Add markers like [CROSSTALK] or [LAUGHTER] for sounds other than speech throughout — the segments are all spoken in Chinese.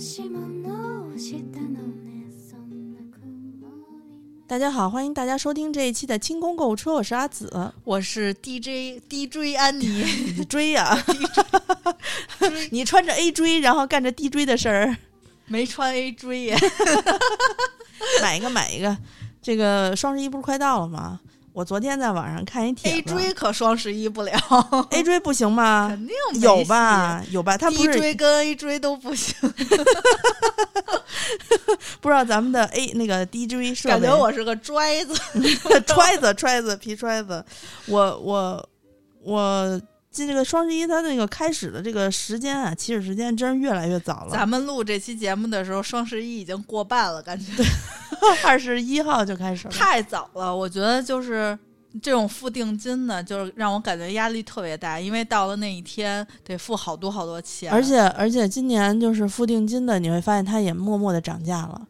し物をしたのねそんな曇り大家好，欢迎大家收听这一期的清空购物车，我是阿紫。我是 DJ DJ 安妮，你追呀、 [LAUGHS] 你穿着 A 追，然后干着 D 追的事儿，没穿 A 追耶。 [LAUGHS] 买一个买一个。这个双十一不是快到了吗？我昨天在网上看一帖 A 子追可双十一不了， ，A 追不行吗？ [LAUGHS] 肯定没戏哎有？吧，有吧，他不 D 是追跟 A 追都不行，不知道咱们的 A 那个 D 追设感备，觉我是个拽子。 [LAUGHS] 揣子揣子皮揣子，我我我进这个双十一，它那个开始的这个时间啊，起始时间真是越来越早了咱，们录这期节目的时候，双十一已经过半了，感觉二十一号就开始了。太早了。我觉得就是这种付定金呢，就是让我感觉压力特别大，因为到了那一天得付好多好多钱，而且而且今年就是付定金的，你会发现它也默默的涨价了。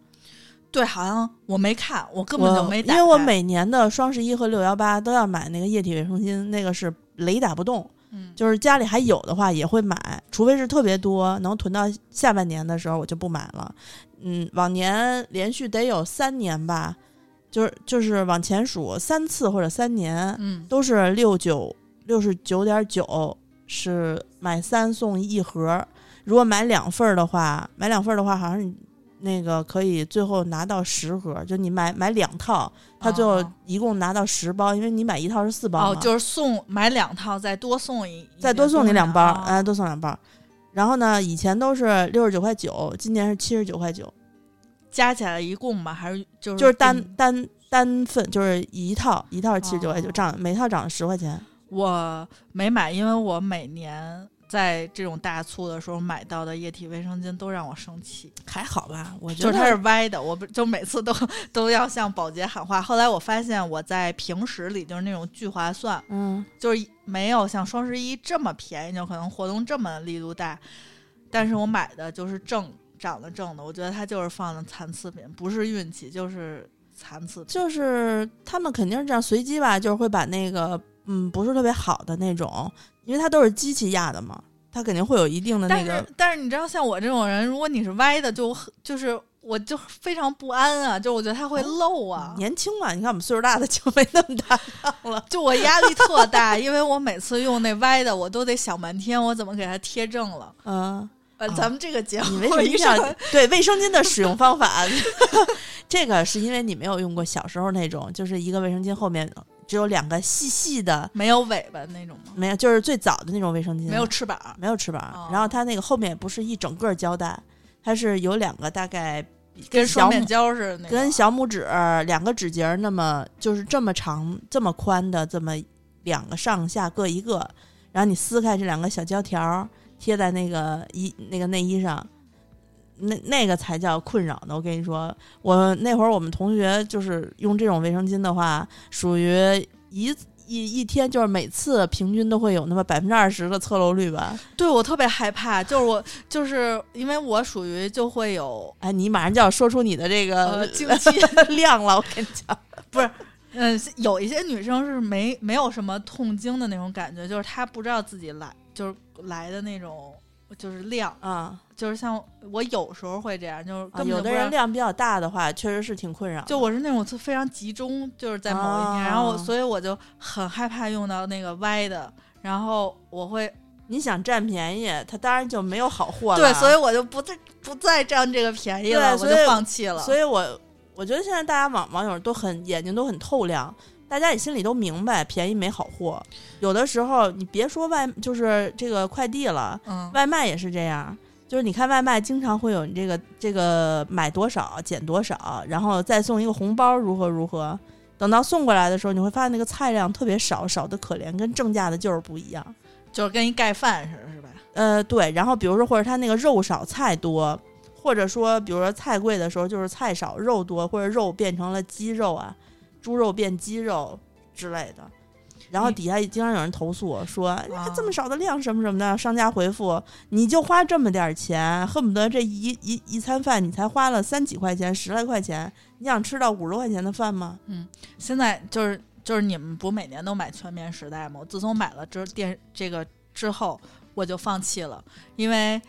对，好像我没看，我根本就我没因打为我开每年的双十一和六幺八都要买那个液体卫生巾，那个是雷打不动，嗯就是家里还有的话也会买，除非是特别多能囤到下半年的时候，我就不买了。嗯，往年连续得有三年吧，就是就是往前数三次或者三年，嗯都是六九六十九点九是买三送一盒，如果买两份儿的话，买两份儿的话好像你那个可以最后拿到十盒，就你买买两套，他最后哦一共拿到十包，因为你买一套是四包嘛，哦，就是送买两套，再多送一，再多送你两包，哎、哎、多送两包。然后呢，以前都是六十九块九，今年是七十九块九，加起来一共吧，还是就是就是单顶单单份，就是一套一套七十九块九，哦涨每套涨了十块钱。我没买，因为我每年在这种大促的时候买到的液体卫生巾都让我生气，还好吧，我觉就得是它是歪的，我不就每次都 [LAUGHS] 都要向保洁喊话。后来我发现我在平时里就是那种聚划算，嗯，就是没有像双十一这么便宜，就可能活动这么力度大，但是我买的就是正长得正的，我觉得它就是放的残次品，不是运气就是残次品。就是他们肯定是这样随机吧，就是会把那个嗯不是特别好的那种，因为它都是机器压的嘛，它肯定会有一定的那但个是但是你知道，像我这种人，如果你是歪的，就就是我就非常不安啊，就我觉得它会漏啊，年轻嘛。你看我们岁数大的就没那么大量了。就我压力特大，因为我每次用那歪的，我都得想半天我怎么给它贴正了。 [LAUGHS] 嗯，呃，哦咱们这个节你目 [LAUGHS] 为什么一上要对卫生巾的使用方法？ [LAUGHS] 这个是因为你没有用过小时候那种，就是一个卫生巾后面只有两个细细的，没有尾巴那种 [LAUGHS] 吗？没有，就是最早的那种卫生巾，没有翅膀，没有翅膀，哦然后它那个后面不是一整个胶带，它是有两个大概比跟小双拇面胶似的那种。跟小拇指儿两个指节儿那么就是这么长、这么宽的这么两个上下各一个，然后你撕开这两个小胶条儿贴在那个衣那个内衣上，那那个才叫困扰呢。我跟你说，我那会儿我们同学就是用这种卫生巾的话，属于一。一一天就是每次平均都会有那么百分之二十的侧漏率吧？对我特别害怕，就是我就是因为我属于就会有哎，你马上就要说出你的这呃个经期 [LAUGHS] 量了，我跟你讲，嗯，有一些女生是没没有什么痛经的那种感觉，就是她不知道自己来就是来的那种就是量，啊、就是像我有时候会这样，就是啊根本就有不的知道人量比较大的话，确实是挺困扰的。就我是那种特非常集中，就是在某一天，哦然后我所以我就很害怕用到那个歪的，然后我会你想占便宜，它当然就没有好货了。对，所以以我就不再不再占这个便宜对了，我所就以放弃了。啊所以我我觉得现在大家网网友都很眼睛都很透亮，大家也心里都明白，便宜没好货。有的时候你别说外，就是这个快递了，嗯，外卖也是这样。就是你看外卖经常会有你这个这个买多少减多少，然后再送一个红包如何如何。等到送过来的时候，你会发现那个菜量特别少，少的可怜，跟正价的就是不一样。就是跟一盖饭似的，是吧？呃，对，然后比如说或者他那个肉少菜多，或者说比如说菜贵的时候就是菜少肉多，或者肉变成了鸡肉啊，猪肉变鸡肉之类的。然后你底下也经常有人投诉我说，那啊这么少的量什么什么的，商家回复你就花这么点儿钱，恨不得这一一一餐饭你才花了三几块钱、十来块钱，你想吃到五十块钱的饭吗？现在就是就是你们不每年都买全面时代吗？我自从买了这电这个之后，我就放弃了，因为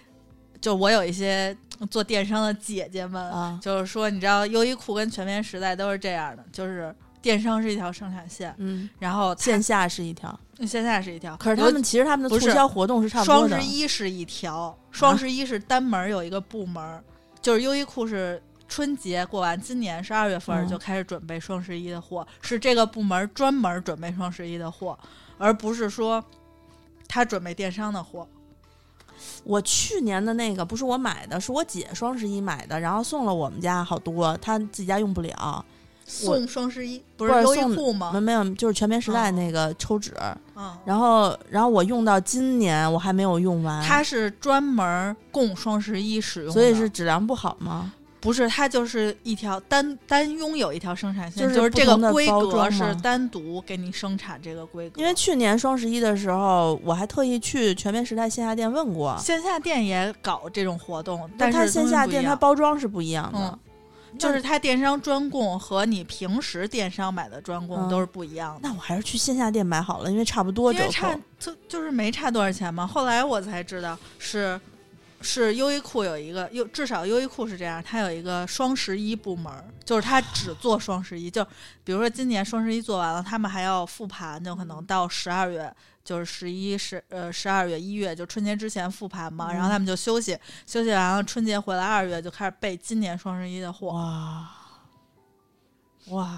就我有一些做电商的姐姐们，啊，就是说，你知道优衣库跟全棉时代都是这样的，就是电商是一条生产线，嗯，然后它嗯线下是一条，线下是一条，可是他们其实他们的不促是销活动是差不多双的啊十。一是一条，双十一是单门儿有一个部门儿，就是优衣库是春节过完，今年是二月份儿嗯就开始准备双十一的货，是这个部门儿专门儿准备双十一的货，而不是说他准备电商的货。我去年的那个不是我买的，是我姐双十一买的，然后送了我们家好多，她自己家用不了，我送双十一不不是是优衣送库没吗？没有，就是全棉时代哦那个抽纸，嗯，然后然后我用到今年我还没有用完，它是专门儿供双十一使用的，所以是质量不好吗？不是，它就是一条单单拥有一条生产线，就就是是这不同个的规包格装是吗单独给你生产这个规格。因为去年双十一的时候，我还特意去全棉时代线下店问过，线下店也搞这种活动，但但是它线下店它包包装是不一样的嗯，，就是它电商专供和你平时电商买的专嗯供都是不一样的。那我还是去线下店买好了，因为差不多因折为扣。差就就是没差多少钱嘛。后来我才知道是是优衣库有一个优，至少优衣库是这样，它有一个双十一部门儿，就是它只做双十一。就比如说今年双十一做完了，他们还要复盘，就可嗯能到十二月。就是十一、十呃十二月、一月，就春节之前复盘嘛，嗯然后他们就休息，休息完了春节回来二月就开始备今年双十一的货。哇哇，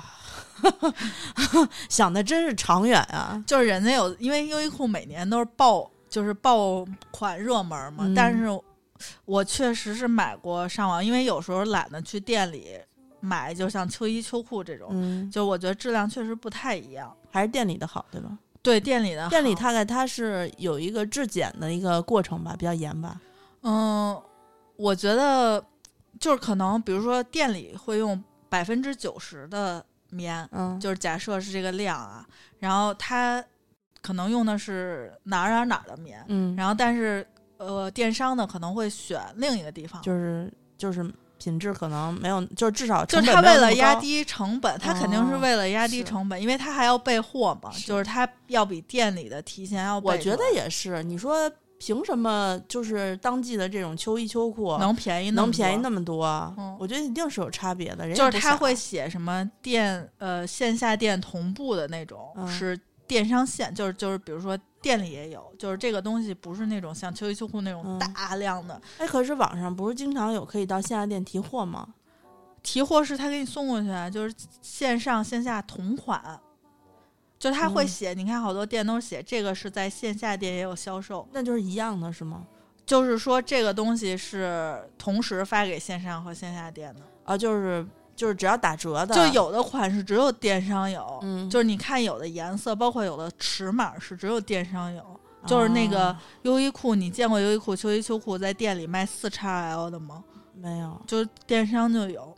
[LAUGHS] 想的真是长远啊！就是人家有，因为优衣库每年都是爆，就是爆款热门嘛。嗯但是我确实是买过上网，因为有时候懒得去店里买，就像秋衣秋裤这种，嗯，就我觉得质量确实不太一样。还是店里的好，对吧？对店里的店里啊好，大概它是有一个质检的一个过程吧，比较严吧。嗯，我觉得就是可能，比如说店里会用百分之九十的棉，嗯，就是假设是这个量啊，然后它可能用的是哪儿哪儿哪儿的棉，嗯，然后但是呃，电商呢可能会选另一个地方，就是就是品质可能没有，就是至少就是成他本没有那为么了压高，低成本，他肯定是哦为了压低是成本，因为他还要备货嘛，是就是他要比店里的提前要备出我来，觉得也是。你说凭什么就是当季的这种秋衣秋裤能便宜那能么便宜多那么多？嗯我觉得一定是有差别的。人就家是不他傻会写什么店呃线下店同步的那种、嗯是电商线，就是就是比如说店里也有，就是这个东西不是那种像秋衣秋裤那种嗯大量的、哎，可是网上不是经常有可以到线下店提货吗？提货是他给你送过去啊，就是线上线下同款，就他会嗯写，你看好多店都写这个是在线下店也有销售，那就是一样的，是吗？就是说这个东西是同时发给线上和线下店的，啊，就是就是只要打折的就，有的款是只有电商有，嗯，就是你看有的颜色，包括有的尺码是只有电商有。就是那个啊优衣库，你见过优衣库秋衣秋裤在店里卖四叉 L 的吗？没有就是电商就有，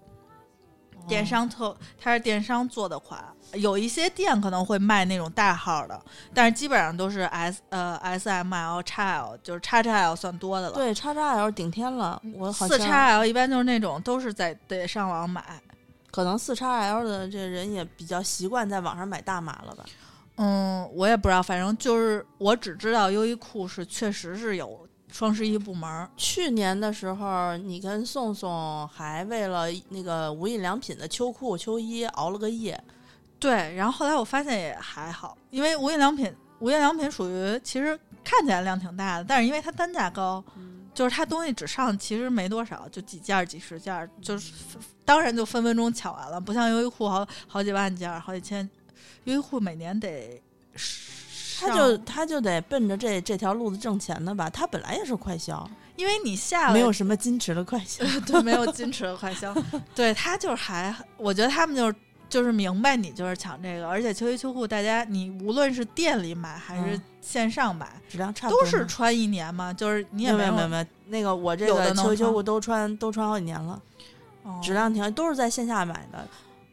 电哦商特，它是电商做的款，有一些店可能会卖那种大号的，但是基本上都是 S 呃 S M L x L，就是 x x L 算多的了。嗯对叉叉 L 顶天了，我好四像 x L 一般就是那种都是在得上网买，可能四叉 L 的这人也比较习惯在网上买大码了吧？嗯，我也不知道，反正就是我只知道优衣库是确实是有双十一部门儿，去年的时候，你跟宋宋还为了那个无印良品的秋裤、秋衣熬了个夜，对，然后后来我发现也还好，因为无印良品，无印良品属于其实看起来量挺大的，但是因为它单价高，嗯就是它东西只上其实没多少，就几件儿几十件儿，就是嗯分当然就分分钟抢完了，不像优衣库好好几万件儿，好几千，优衣库每年得上。他就他就得奔着这这条路子挣钱的吧？他本来也是快销，因为你下了没有什么矜持的快销。对没有矜持的快 [LAUGHS] 销，对他就是还，我觉得他们就是就是明白你就是抢这个，而且秋衣秋裤大家你无论是店里买还是嗯线上买，质量差不多都吗是穿一年嘛，就是没你也有没有有没有没有，那个我这有的个能秋衣秋穿裤都穿都穿好几年了，哦质量挺好，都是在线下买的，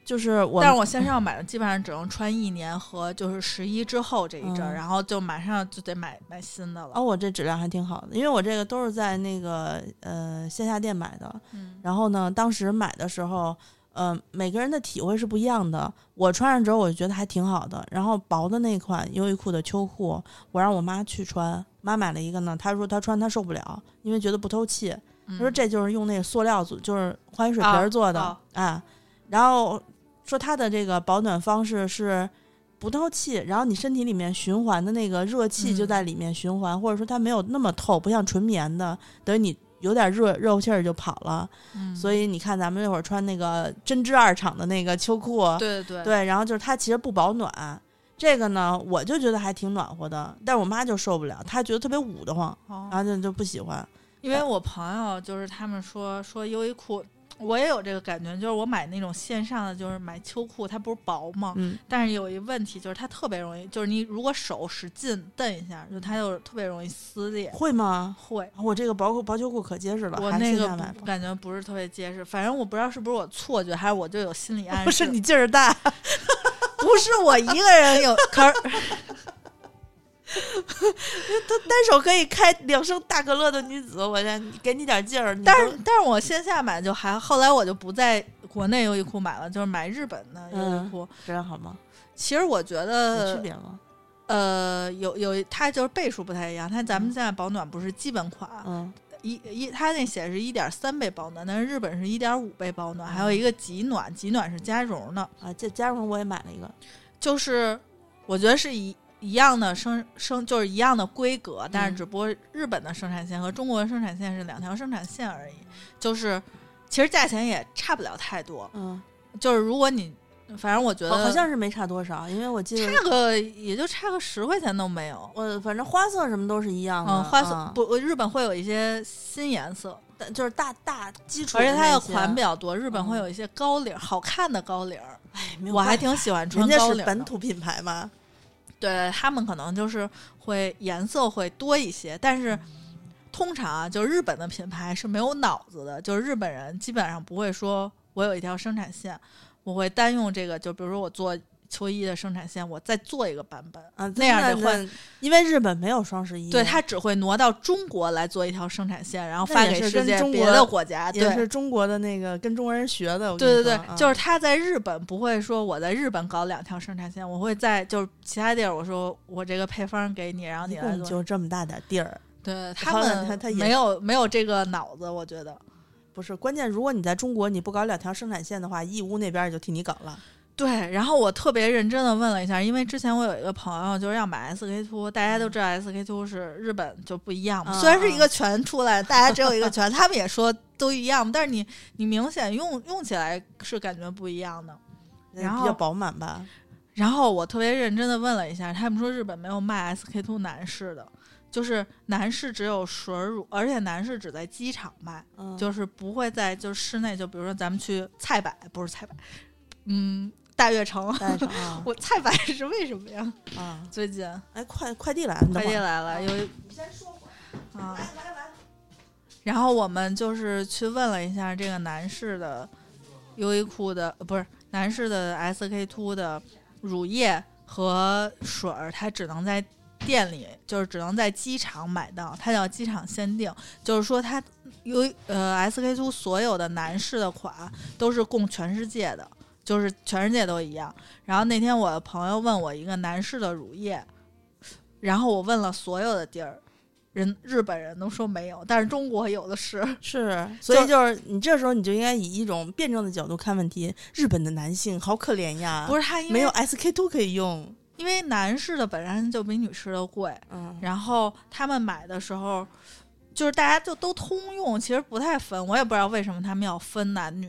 就是我但是们我线上买的基本上只能穿一年和就是十一之后这一阵儿，嗯然后就马上就得买买新的了。哦，我这质量还挺好的，因为我这个都是在那个呃线下店买的，嗯，然后呢，当时买的时候。呃，每个人的体会是不一样的。我穿上之后，我就觉得还挺好的。然后薄的那款优衣库的秋裤，我让我妈去穿，妈买了一个呢，她说她穿她受不了，因为觉得不透气。他他说这就是用那个塑料组，就是花生水皮儿做的嗯哦啊然后说它的这个保暖方式是不透气，然后你身体里面循环的那个热气就嗯在里面循环，或者说它没有那么透，不像纯棉的，等于你有点热热乎气儿就跑了。嗯所以你看咱们那会儿穿那个针织二厂的那个秋裤，对对对，对，然后就是它其实不保暖。这个呢，我就觉得还挺暖和的，但我妈就受不了，她觉得特别捂得慌，哦然后就就不喜欢。因为我朋友就是他们说说优衣库，我也有这个感觉，就是我买那种线上的，就是买秋裤，它不是薄吗？嗯，但是有一问题就是它特别容易，就是你如果手使劲蹬一下，就它就特别容易撕裂。会吗？会，我这个薄裤薄秋裤可结实了，我还那现个在买不吧。感觉不是特别结实，反正我不知道是不是我错觉，还是我就有心理暗示。不是你劲儿大，不是我一个人有，可 [LAUGHS] 是单手可以开两升大可乐的女子，我这给你点劲儿。你但都是但是我线下买就还好，后来我就不在国内优衣库买了，就是买日本的优嗯衣库。质量好吗？其实我觉有得区别吗？呃，有有，它就是倍数不太一样。它咱们现在保暖不是基本款，嗯，一一它那写是一点三倍保暖，但是日本是一点五倍保暖，还嗯有一个极暖，极暖是加绒的，啊，这加绒我也买了一个，就是我觉得是一一样的生生就是一样的规格，但是嗯只不过日本的生产线和中国的生产线是两条生产线而已，就是其实价钱也差不了太多，嗯，就是如果你反正我觉好得好像是没差多少，因为我记得差个也就差个十块钱都没有，我反正花色什么都是一样的，嗯，花色啊不，日本会有一些新颜色，但就是大大基础而的那且些，它的款比较多。日本会嗯有一些高领儿，好看的高领儿，哎，没有我还办挺喜欢法穿人家高是领儿的。本土品牌嘛，对他们可能就是会颜色会多一些，但是嗯通常啊，就是日本的品牌是没有脑子的，就是日本人基本上不会说我有一条生产线，我会单用这个，就比如说我做秋衣的生产线，我再做一个版本，啊，那样的就会。因为日本没有双十一，对他只会挪到中国来做一条生产线，然后那发也给是世跟界中别国的国家，对也是中国的那个跟中国人学的，我跟对你对说对，啊就是他在日本不会说我在日本搞两条生产线，我会在就是其他地儿我说我这个配方给你，然后一你来共做。就这么大点地儿，对他好像他们他也没有没有这个脑子，我觉得。不是关键。如果你在中国你不搞两条生产线的话，义乌那边也就替你搞了。对，然后我特别认真的问了一下，因为之前我有一个朋友就是要买 SK two，大家都知道 SK two 是日本就不一样嘛，嗯虽然是一个全出来，大家只有一个全，他们也说都一样，但是你你明显用用起来是感觉不一样的。然比后较饱满吧，然后我特别认真的问了一下，他们说日本没有卖 SK two 男士的，就是男士只有水乳，而且男士只在机场卖，嗯，就是不会在就是室内，就比如说咱们去菜百，不是菜百，嗯，大悦城，带上啊 [LAUGHS] 我菜百是为什么呀？啊！最近哎，快快递来了，你等快会递儿来了，有啊你先说会儿，啊，来来，然后我们就是去问了一下这个男士的优衣库的，呃不是男士的 SK two 的乳液和水儿，它只能在店里，就是只能在机场买到，它叫机场限定，就是说它优呃 SK two 所有的男士的款都是供全世界的，就是全世界都一样。然后那天我朋友问我一个男士的乳液，然后我问了所有的地儿。人日本人都说没有，但是中国有的是。是，所以就是你这时候你就应该以一种辩证的角度看问题。日本的男性好可怜呀， [LAUGHS] 不是他因为没有 SK two 可以用，因为男士的本身就比女士的贵，嗯，然后他们买的时候，就是大家就都通用，其实不太分。我也不知道为什么他们要分男女，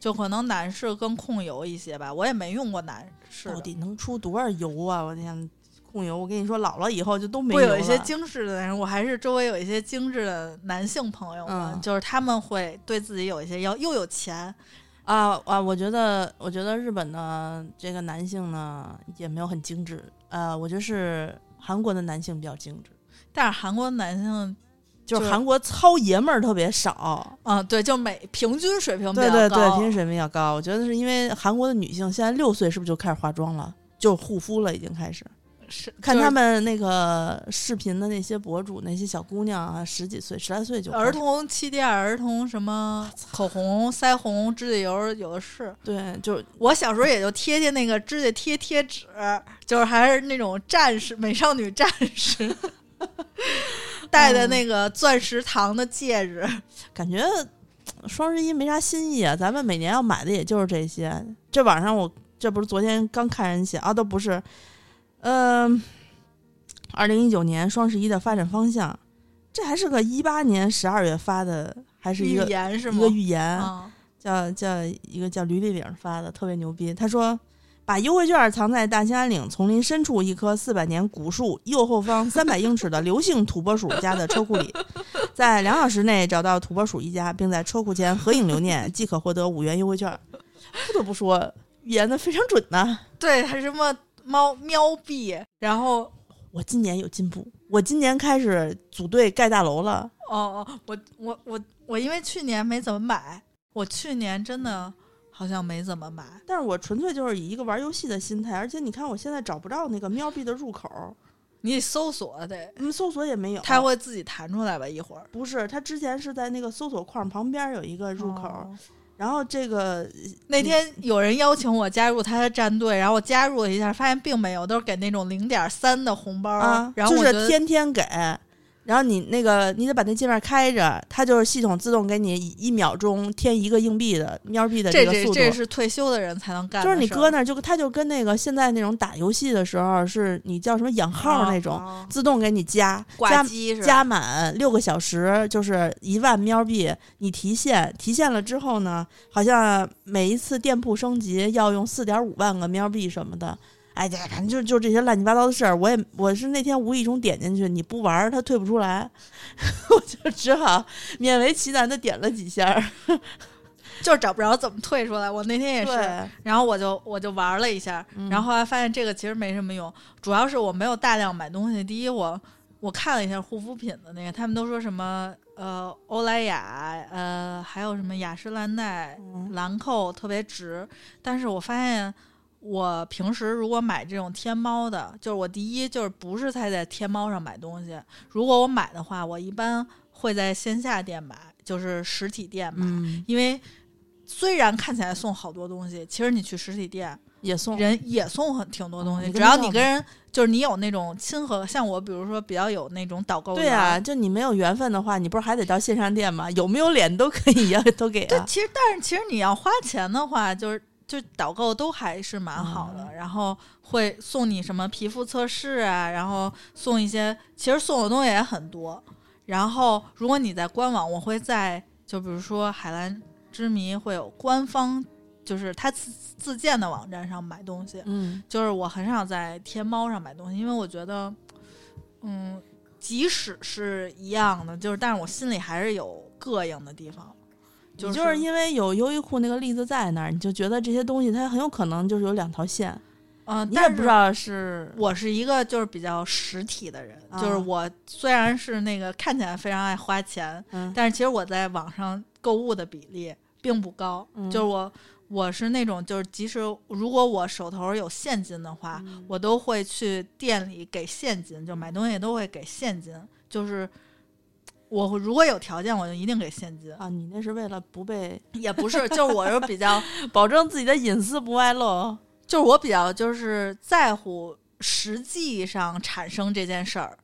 就可能男士更控油一些吧。我也没用过男士的到底能出多少油啊？我天，控油，我跟你说，老了以后就都没会油有一些了精致的男人，我还是周围有一些精致的男性朋友们，嗯就是他们会对自己有一些要又有钱，啊啊！我觉得，我觉得日本的这个男性呢，也没有很精致。呃，我觉得是韩国的男性比较精致，但是韩国男性，就就是是韩国糙爷们儿特别少。嗯，对，就每平均水平比对对较高，对，平均水平要高。我觉得是因为韩国的女性现在六岁是不是就开始化妆了，就护肤了，已经开始。是看就是他们那个视频的那些博主，那些小姑娘啊，十几岁、十来岁就开始儿童气垫、儿童什么口红、腮红、指甲油有的是。对，就我小时候也就贴贴那个指甲贴 [LAUGHS] 贴纸，就是还是那种战士美少女战士。戴嗯的那个钻石糖的戒指，感觉呃双十一没啥新意啊。咱们每年要买的也就是这些。这网上我这不是昨天刚看人写啊，都不是，嗯、2二零一九年双十一的发展方向，这还是个一八年十二月发的，还是一语个言是一吗个？预言，啊，叫叫一个叫驴立领发的，特别牛逼。他说。把优惠券藏在大兴安岭丛林深处一棵四百年古树右后方三百英尺的刘姓土拨鼠家的车库里，在两小时内找到土拨鼠一家，并在车库前合影留念，即可获得五元优惠券。不得不说，预言的非常准呐、对，还什么猫喵币，然后我今年有进步，我今年开始组队盖大楼了。哦哦，我我我我因为去年没怎么买，我去年真的好像没怎么买。但是我纯粹就是以一个玩游戏的心态，而且你看我现在找不到那个喵币的入口，你得搜索啊得，嗯，搜索也没有。它会自己弹出来吧？一会儿不是，它之前是在那个搜索框旁边有一个入口，哦然后这个那天有人邀请我加入他的战队，然后我加入了一下，发现并没有，都是给那种零点三的红包。啊，然后就我是觉得天天给，然后你那个你得把那界面开着，它就是系统自动给你一一秒钟添一个硬币的喵币的这个这速度。这是退休的人才能干的就事是儿，你搁那儿就它就跟那个现在那种打游戏的时候是你叫什么养号那种，啊自动给你加挂加机是吧？加满六个小时就是一万喵币，你提现提现了之后呢，好像每一次店铺升级要用四点五万个喵币什么的。哎呀，反正就就这些乱七八糟的事儿，我也我是那天无意中点进去，你不玩儿它退不出来， [LAUGHS] 我就只好勉为其难的点了几下儿。就是找不着怎么退出来。我那天也是，对，然后我就我就玩了一下，然后后来发现这个其实没什么用，主要是我没有大量买东西。第一，我我看了一下护肤品的那个，他们都说什么呃欧莱雅，呃还有什么雅诗兰黛、兰蔻特别值，但是我发现。我平时如果买这种天猫的，就是我第一就是不是太在天猫上买东西。如果我买的话，我一般会在线下店买，就是实体店买。嗯，因为虽然看起来送好多东西，其实你去实体店，也送人也送很挺多东西。你跟只要他你要跟人，就是你有那种亲和，像我，比如说比较有那种导购对员啊，，就你没有缘分的话，你不是还得到线上店吗？有没有脸都可以呀、都给对，啊。其实但是其实你要花钱的话，就是。就导购都还是蛮好的，然后会送你什么皮肤测试啊，然后送一些，其实送的东西也很多。然后如果你在官网，我会在就比如说海蓝之谜会有官方，就是它自自建的网站上买东西，嗯，就是我很少在天猫上买东西，因为我觉得，嗯，即使是一样的，就是但是我心里还是有膈应的地方，就你是就是因为有优衣库那个例子在那儿，你就觉得这些东西它很有可能就是有两条线，嗯、你也但不是知道是我是一个就是比较实体的人，啊就是我虽然是那个看起来非常爱花钱，嗯但是其实我在网上购物的比例并不高，嗯就是我我是那种就是即使如果我手头有现金的话，嗯我都会去店里给现金，就买东西都会给现金，就是。我会如果有条件，我就一定给现金，啊，你那是为了不被也不是，就是我是比较，保证自己的隐私不外露，就是我比较就是在乎实际上产生这件事儿，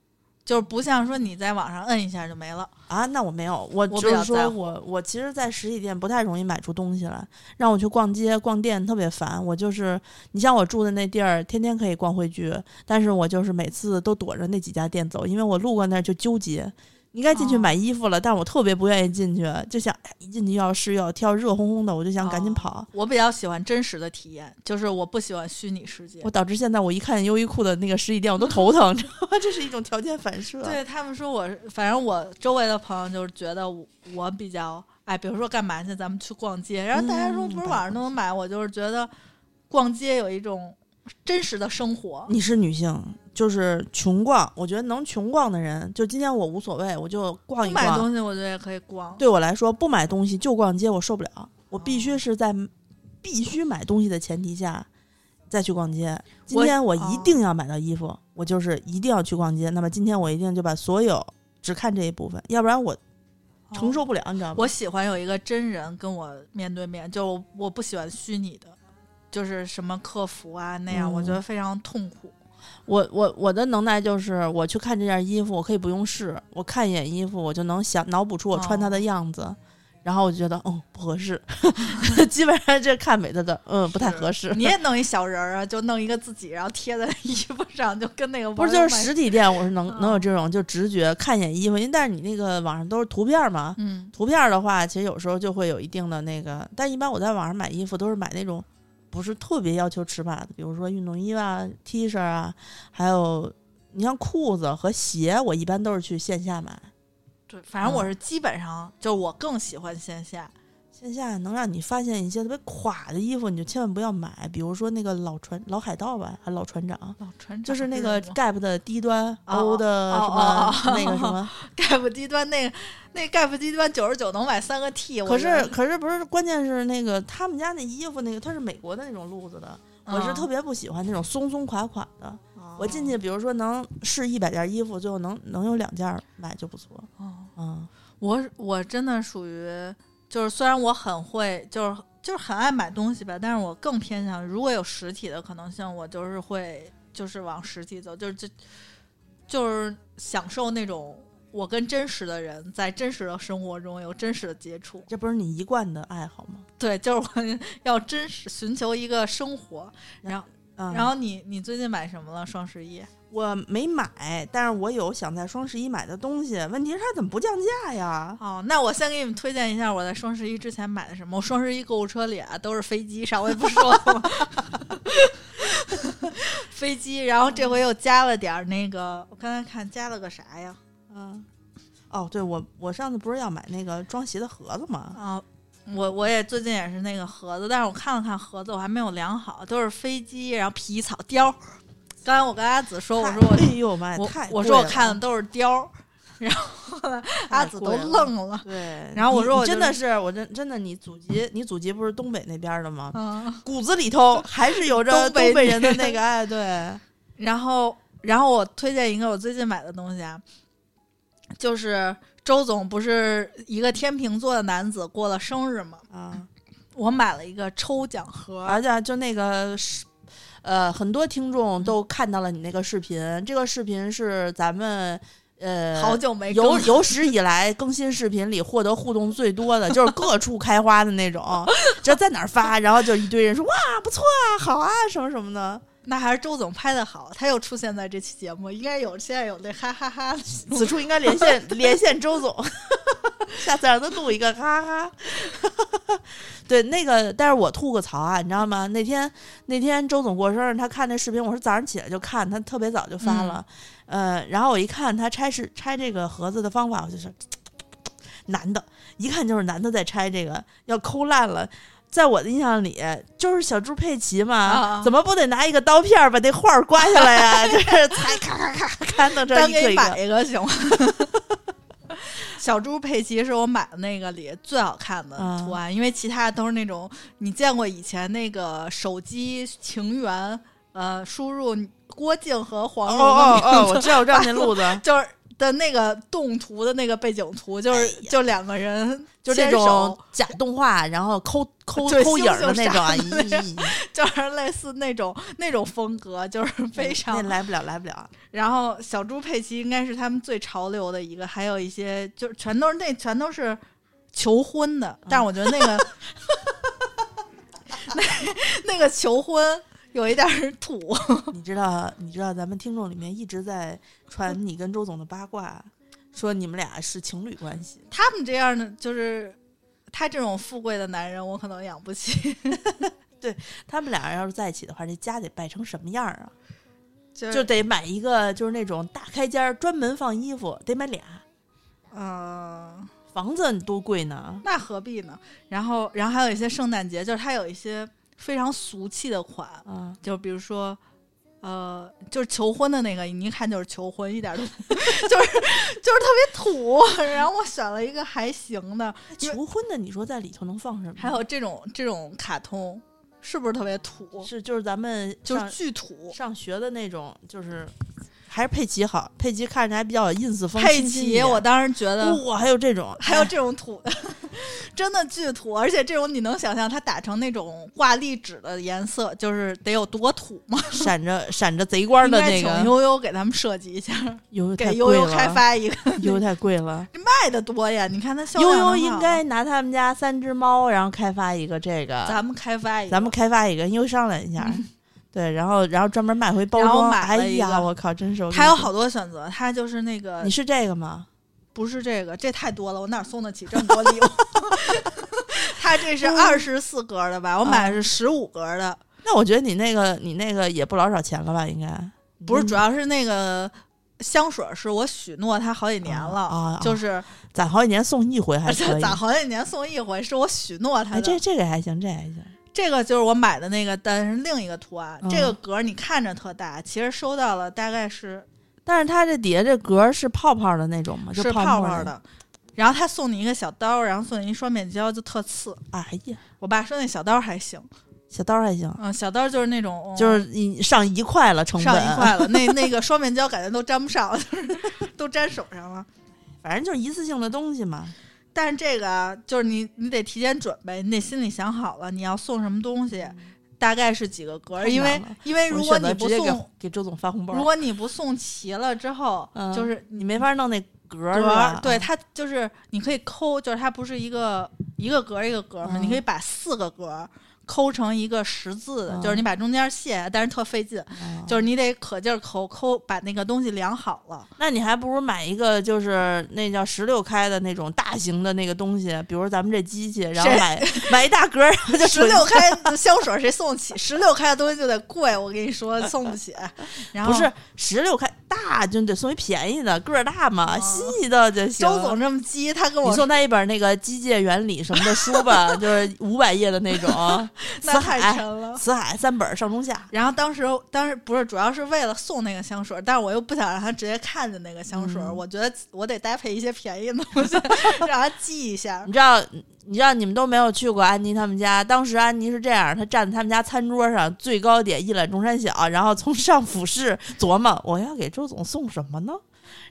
就是不像说你在网上摁一下就没了。啊，那我没有，我比就是较在说乎我我其实，在实体店不太容易买出东西来，让我去逛街逛店特别烦。我就是你像我住的那地儿，天天可以逛汇聚，但是我就是每次都躲着那几家店走，因为我路过那儿就纠结。你该进去哦买衣服了，但我特别不愿意进去，就想哎一进去又要试又要挑，热烘烘的，我就想赶紧哦跑。我比较喜欢真实的体验，就是我不喜欢虚拟世界我。导致现在我一看优衣库的那个实体店，我都头疼， [LAUGHS] 知道吗？这是一种条件反射。对他们说我是，反正我周围的朋友就是觉得我我比较哎，比如说干嘛去，咱们去逛街，然后大家说嗯不是网上都能买，我就是觉得逛街有一种真实的生活。你是女性，就是穷逛，我觉得能穷逛的人，就今天我无所谓，我就不逛一买逛。东西，我觉得也可以逛。对我来说，不买东西就逛街，我受不了。我哦必须是在必须买东西的前提下再去逛街。今我天我哦一定要买到衣服，我就是一定要去逛街。那么今天我一定就把所有只看这一部分，要不然我承受不了，你知道吗？我喜欢有一个真人跟我面对面，就我我不喜欢虚拟的，就是什么客服啊那样，嗯我觉得非常痛苦。我我我的能耐就是，我去看这件衣服，我可以不用试，我看一眼衣服，我就能想脑补出我穿哦它的样子，然后我就觉得，嗯，不合适。 [LAUGHS] 基本上这看美的的，嗯，不太合适。你也弄一小人儿啊，就弄一个自己，然后贴在衣服上，就跟那个不是，网就友是买实体店，我是能能有嗯这种就直觉看一眼衣服，因为但是你那个网上都是图片嘛，嗯图片的话，其实有时候就会有一定的那个，但一般我在网上买衣服都是买那种不是特别要求尺码的，比如说运动衣啊、T 恤啊，还有你像裤子和鞋，我一般都是去线下买。对，反正我嗯是基本上就是我更喜欢线下，线下能让你发现一些特别垮的衣服，你就千万不要买，比如说那个老船老海盗吧，还老船长。老船就是那个个 Gap 的低端哦，O 的什哦么哦那个什么，盖不低端那个那盖不低端九十九能买三个 [LAUGHS] T，我可觉得是可是不是，关键是那个他们家那衣服那个，它是美国的那种路子的，我是嗯特别不喜欢那种松松垮垮的。我进去，哦比如说能试一百件衣服，最后能能有两件儿买就不错。哦嗯，我我真的属于就是虽然我很会就是就是很爱买东西吧，但是我更偏向于如果有实体的可能性，我就是会就是往实体走，就是这就是享受那种我跟真实的人在真实的生活中有真实的接触。这不是你一贯的爱好吗？对，就是我要真实寻求一个生活。嗯，然后你你最近买什么了？双十一我没买，但是我有想在双十一买的东西。问题是它怎么不降价呀？哦，那我先给你们推荐一下我在双十一之前买的什么。我双十一购物车里啊都是飞机，上回不说 [LAUGHS] 了吗？飞机，然后这回又加了点儿那个，我刚才看加了个啥呀？嗯，哦，对我我上次不是要买那个装鞋的盒子吗？啊，我我也最近也是那个盒子，但是我看了看盒子，我还没有量好，都是飞机，然后皮草貂儿。刚才我跟阿紫说，我说我太哎呦妈呀，我太我贵说我了看的都是貂儿，然后呢，阿太紫都贵了愣了。对，然后我你说你我就真的是，我真真的，你祖籍你祖籍不是东北那边儿的吗？嗯，骨子里头还是有着东北 [LAUGHS] 东北人的人那个爱，对，然后，然后我推荐一个我最近买的东西啊，就是周总不是一个天秤座的男子过了生日嘛，啊，我买了一个抽奖盒， [LAUGHS] 而且就那个是，呃，很多听众都看到了你那个视频，这个视频是咱们呃好久没有 [LAUGHS] 更有史以来更新视频里获得互动最多 [LAUGHS] 的，就是各处开花的那种，这在哪儿发，然后就一堆人说哇不错啊，好啊，什么什么的。那还是周总拍的好，他又出现在这期节目，应该有现在有那哈哈哈的 [LAUGHS] 形此处应该连线 [LAUGHS] 连线周总，下次让他录一个，哈哈 [LAUGHS] 哈。对，那个，但是我吐个槽啊，你知道吗？那天那天周总过生日，他看那视频，我是早上起来就看，他特别早就发了，嗯呃，然后我一看他拆是拆这个盒子的方法，我就是男的，一看就是男的在拆这个，要抠烂了。在我的印象里，就是小猪佩奇嘛，啊怎么不得拿一个刀片儿把那画儿刮下来呀、 [LAUGHS] 就是裁咔咔咔咔咔弄成单一给个你一个。买一个行吗？ [LAUGHS] 小猪佩奇是我买的那个里最好看的嗯图案，因为其他都是那种你见过以前那个手机情缘，呃，输入郭靖和黄蓉的哦名哦字，哦，我知道，我知道那路子 [LAUGHS] 就是的那个动图的那个背景图，就是、就两个人哎就这牵手 [LAUGHS] 种假动画，然后抠抠对抠影儿的那种啊，猩猩啥的咦，就是类似那种那种风格，就是非常那来不了，来不了。然后小猪佩奇应该是他们最潮流的一个，还有一些就是全都是那全都是求婚的，但是我觉得那个、那那个求婚有一点儿土，你知道，你知道咱们听众里面一直在传你跟周总的八卦，说你们俩是情侣关系。他们这样的就是他这种富贵的男人，我可能养不起。他们俩要是在一起的话，这家得败成什么样儿啊？就就得买一个就是那种大开间儿，专门放衣服，得买俩。嗯、房子多贵呢？那何必呢？然后然后还有一些圣诞节，就是他有一些非常俗气的款，啊，就比如说，呃，就是求婚的那个，你一看就是求婚，一点儿都 [LAUGHS] 就是就是特别土。 [LAUGHS] 然后我选了一个还行的，因为求婚的，你说在里头能放什么？还有这种这种卡通，是不是特别土？是就是咱们就是上巨土。上学的那种，就是还是佩奇好，佩奇看着还比较有 ins 风。佩清新一奇，点哦我当时觉得哇，还有这种，还有这种土的， [LAUGHS] 哎真的巨土，而且这种你能想象它打成那种挂历纸的颜色，就是得有多土吗？哎闪着闪着贼光的那应该请个，悠悠给他们设计一下，悠悠太给悠贵悠了，开发一个，悠悠太贵了。卖的多呀！你看它销量悠很悠好应该拿他们家三只猫，然后开发一个这个，咱啊咱们开发一个，们开发一个，悠悠商量一下。 [LAUGHS] 对，然后然后专门卖回包然后装。买哎了一呀，个我靠，真是我跟它你有说好多选择，它就是那个你是这个吗？不是这个，这太多了，我哪送得起这么多礼物？ [LAUGHS] 它这嗯是二十四格的吧？我买的是十五格的，那我觉得你那个你那个也不老少钱了吧？应该不嗯是，主要是那个香水是我许诺他好几年了，啊啊啊就是攒好几年送一回还而可且以。 [LAUGHS] 攒好几年送一回，是我许诺他的。哎，这这个还行，这还行。这个就是我买的那个，但是另一个图案，嗯这个格你看着特大，其实收到了大概是但是它这底下这格儿是泡泡的那种吗？就是泡泡沫泡。的。然后他送你一个小刀，然后送你一双面胶，就特次。哎呀，我爸说那小刀还行，小刀还行，嗯，小刀就是那种就是你上一块了成本，上一块了，那那个双面胶感觉都粘不上，就是都粘手上了。 [LAUGHS] 反正就是一次性的东西嘛。但是这个啊就是你你得提前准备，你得心里想好了你要送什么东西，大概是几个格太儿，难因为了因为我如果选择你不直接给送，给周总发红包，如果你不送齐了之后，嗯就是你没法弄那格格儿是吧儿，嗯对，它就是你可以抠，就是它不是一个一个格儿一个格儿嘛，嗯你可以把四个格儿抠成一个十字的，嗯就是你把中间卸下，但是特费劲，啊就是你得可劲儿抠抠，把那个东西量好了。那你还不如买一个就是那叫十六开的那种大型的那个东西，比如咱们这机器，然后谁买买一大格儿，然后就 [LAUGHS] 十纯六开的香水谁送得 [LAUGHS] 起？十六开的东西就得贵，我跟你说送不 [LAUGHS] 起。然后不是十六开大就得送一便宜的，个儿大嘛，细的就行。哦周总这么鸡，他跟你我说送他一本那个机械原理什么的书 [LAUGHS] 吧，就是五百页的那种。辞那太沉海，了。辞海三本上中下。然后当时当时不是主要是为了送那个香水，但是我又不想让他直接看见那个香水，我觉得我得搭配一些便宜的东西， [LAUGHS] 让他记一下你。知道，你知道你们都没有去过安妮他们家。当时安妮是这样，她站在他们家餐桌上最高点，一览众山小，然后从上俯视琢磨我要给周总送什么呢？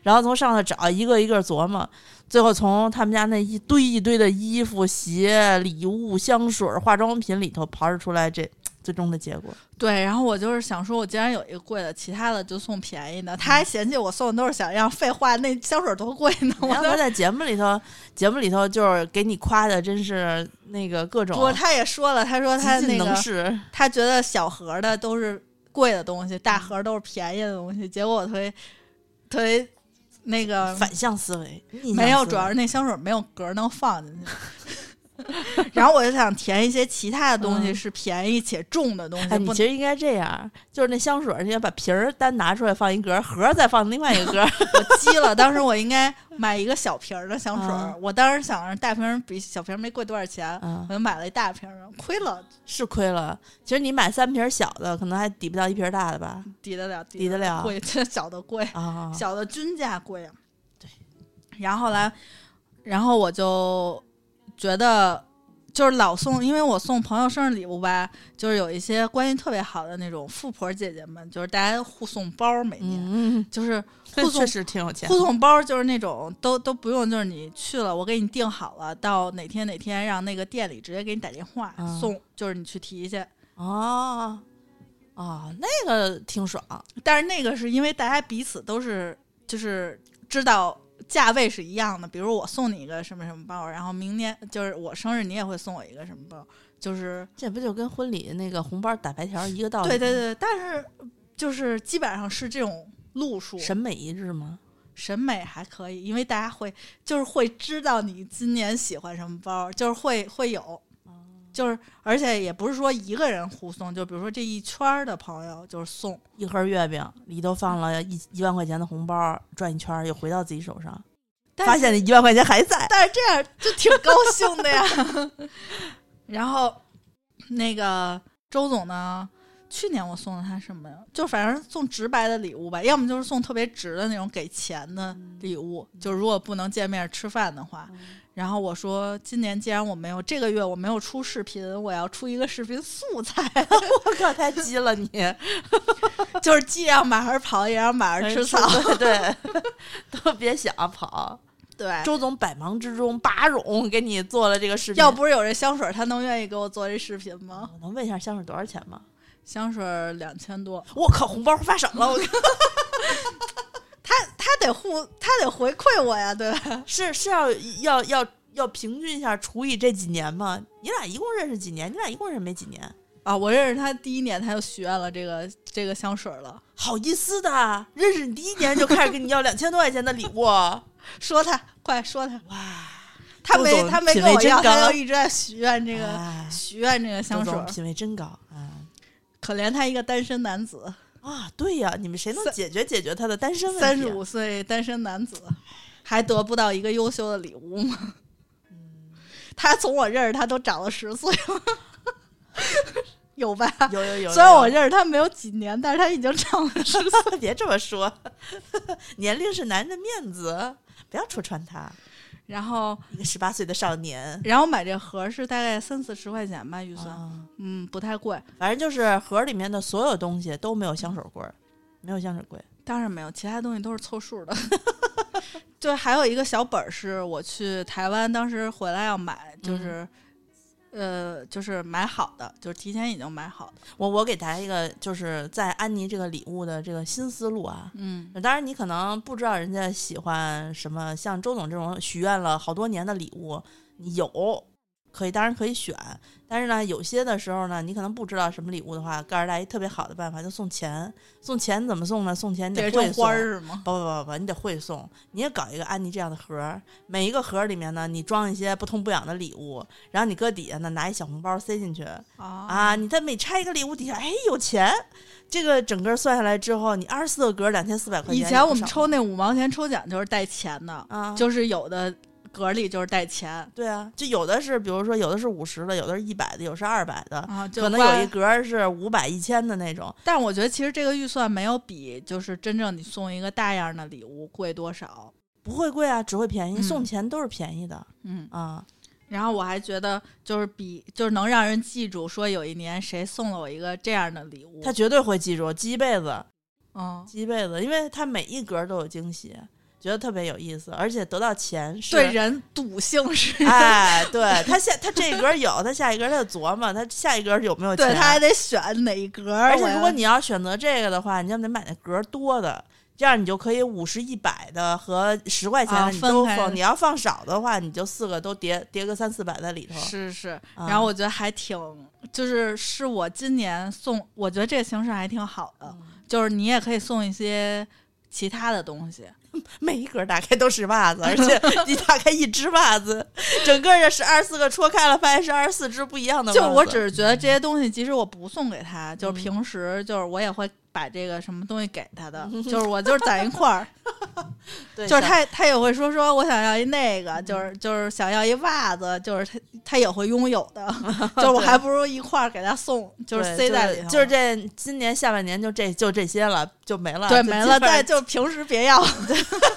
然后从上头找，一个一个琢磨，最后从他们家那一堆一堆的衣服、鞋、礼物、香水、化妆品里头刨出来这最终的结果。对，然后我就是想说，我既然有一个贵的，其他的就送便宜的。他还嫌弃我送的都是小样，废话，那香水多贵呢！ [LAUGHS] 我然后他当时在节目里头，节目里头就是给你夸的，真是那个各种不，他也说了，他说他极那尽个能事。他觉得小盒的都是贵的东西，大盒都是便宜的东西。结果我特别特别那个反向思维，逆向没有，思主要维是那香水没有格儿能放进去。 [LAUGHS] 然后我就想填一些其他的东西，嗯是便宜且重的东西，哎，你不其实应该这样，就是那香水儿，你要把瓶儿单拿出来放一格儿，盒儿再放另外一个 [LAUGHS] 格儿。我激了。当时我应该买一个小瓶儿的香水儿，啊我当时想着大瓶儿比小瓶儿没贵多少钱，啊我就买了一大瓶儿，亏了，是亏了。其实你买三瓶儿小的，可能还抵不到一瓶儿大的吧？抵得了，抵得了贵， [LAUGHS] 这小的贵。啊，小的均价贵啊。对，然后后来，然后我就觉得，就是老送，因为我送朋友生日礼物吧，就是有一些关系特别好的那种富婆姐姐们，就是大家互送包，每年、嗯，就是这互送确。实挺有钱互。送包就是那种都都不用，就是你去了，我给你订好了，到哪天哪天让那个店里直接给你打电话、啊送，就是你去提去。哦哦，那个挺爽。但是那个是因为大家彼此都是就是知道价位是一样的，比如我送你一个什么什么包，然后明年就是我生日你也会送我一个什么包，就是这不就跟婚礼那个红包打白条儿一个道理？嗯对对，对，但是就是基本上是这种路数，审美一致吗？审美还可以，因为大家会就是会知道你今年喜欢什么包，就是会会有。哦就是，而且也不是说一个人互送，就比如说这一圈儿的朋友就是送，一盒月饼里头放了一一万块钱的红包，转一圈儿又回到自己手上，但发是现那一万块钱还在。但是这样就挺高兴的呀。 [LAUGHS] 然后那个周总呢，去年我送了他什么呀？就反正送直白的礼物吧，要么就是送特别直的那种给钱的礼物，就如果不能见面吃饭的话。然后我说，今年既然我没有这个月我没有出视频，我要出一个视频素材， [LAUGHS] 我靠，太鸡了 [LAUGHS] 你！就是哎 [LAUGHS] 既让马儿跑，也让马儿吃草。对对，都别想跑。对，周总百忙之中巴冗给你做了这个视频。要不是有这香水，他能愿意给我做这视频吗？我能问一下香水多少钱吗？香水两千多，我靠，红包发少了，我靠他他得互他得回馈我呀，对 [LAUGHS] 吧？是是要要要要平均一下，除以这几年吗？你俩一共认识几年？你俩一共认识没几年？啊，我认识他第一年他就许愿了这个这个香水了，好意思的，认识你第一年就开始跟你要两千多块钱的礼 [LAUGHS] 物，哇！说他快说他，他周没总他没品跟我味真要，他高就一直在许愿这个哎许愿这个香周水总，品味真高啊可怜他一个单身男子，啊！对呀、你们谁能三解决解决他的单身问题、啊？三十五岁单身男子，还得不到一个优秀的礼物吗？ [LAUGHS] 他从我认识他都长了十岁了， [LAUGHS] 有吧？有有有，虽然有我认识他没有几年，但是他已经长了十岁。 [LAUGHS] 别这么说，年龄是男人的面子，不要戳穿他。然后，一个十八岁的少年，然后买这盒是大概三四十块钱吧，预算，啊，嗯，不太贵。反正就是盒里面的所有东西都没有香水柜儿，没有香水柜。当然没有，其他东西都是凑数的。 [LAUGHS] 对，还有一个小本儿是我去台湾，当时回来要买，就是，呃，就是买好的，就是提前已经买好的。我我给大家一个，就是在安妮这个礼物的这个新思路啊。嗯当然，你可能不知道人家喜欢什么，像周总这种许愿了好多年的礼物，你有可以，当然可以选。但是呢，有些的时候呢，你可能不知道什么礼物的话，告诉大家一特别好的办法，就送钱。送钱怎么送呢？送钱你得得种会送花。儿是吗？不不不不，你得会送，你也搞一个安妮这样的盒儿，每一个盒儿里面呢，你装一些不痛不痒的礼物，然后你搁底下呢拿一小红包塞进去，啊，啊，你在每拆一个礼物底下，哎，有钱。这个整个算下来之后，你二十四个格两千四百块以钱。前我们抽那五毛钱抽奖就是带钱的，啊，就是有的格里就是带钱对啊，就有的是，比如说有的是五十的，有的是一百的，有的是二百的，啊，就可能花有一格是五百、一千的那种。但我觉得其实这个预算没有比就是真正你送一个大样的礼物贵多少。不会贵啊，只会便宜。嗯送钱都是便宜的嗯，啊，然后我还觉得就是比就是能让人记住说有一年谁送了我一个这样的礼物。他绝对会记住，记一辈子，嗯，记一辈子，因为他每一格都有惊喜，觉得特别有意思，而且得到钱是对人赌性是，哎，对他下他这一格有，他下一格他就琢磨他下一格有没有钱，对他还得选哪一格儿。而且我如果要你要选择这个的话，你要得买那格儿多的，这样你就可以五十、一百的和十块钱啊的你都分开放。你要放少的话，你就四个都叠叠个三四百在里头。是是，啊然后我觉得还挺，就是是我今年送，我觉得这个形式还挺好的，嗯就是你也可以送一些其他的东西，每一格打开都是袜子，而 [LAUGHS] 且你打开一只袜子，整个这是二十四个戳开了，发现是二十四只不一样的袜子。就我只是觉得这些东西，即使我不送给他，嗯就是平时就是我也会把这个什么东西给他 [LAUGHS] 的，就是我就是攒一块儿，对嗯就是像他他也会说说我想要一那个，就是就是想要一袜子，就是他他也会拥有 [LAUGHS] 的，就是我还不如一块儿给他送，就是对塞在就里头，就是这今年下半年就这就这些了，就没了，对就没基了，本但就平时别要。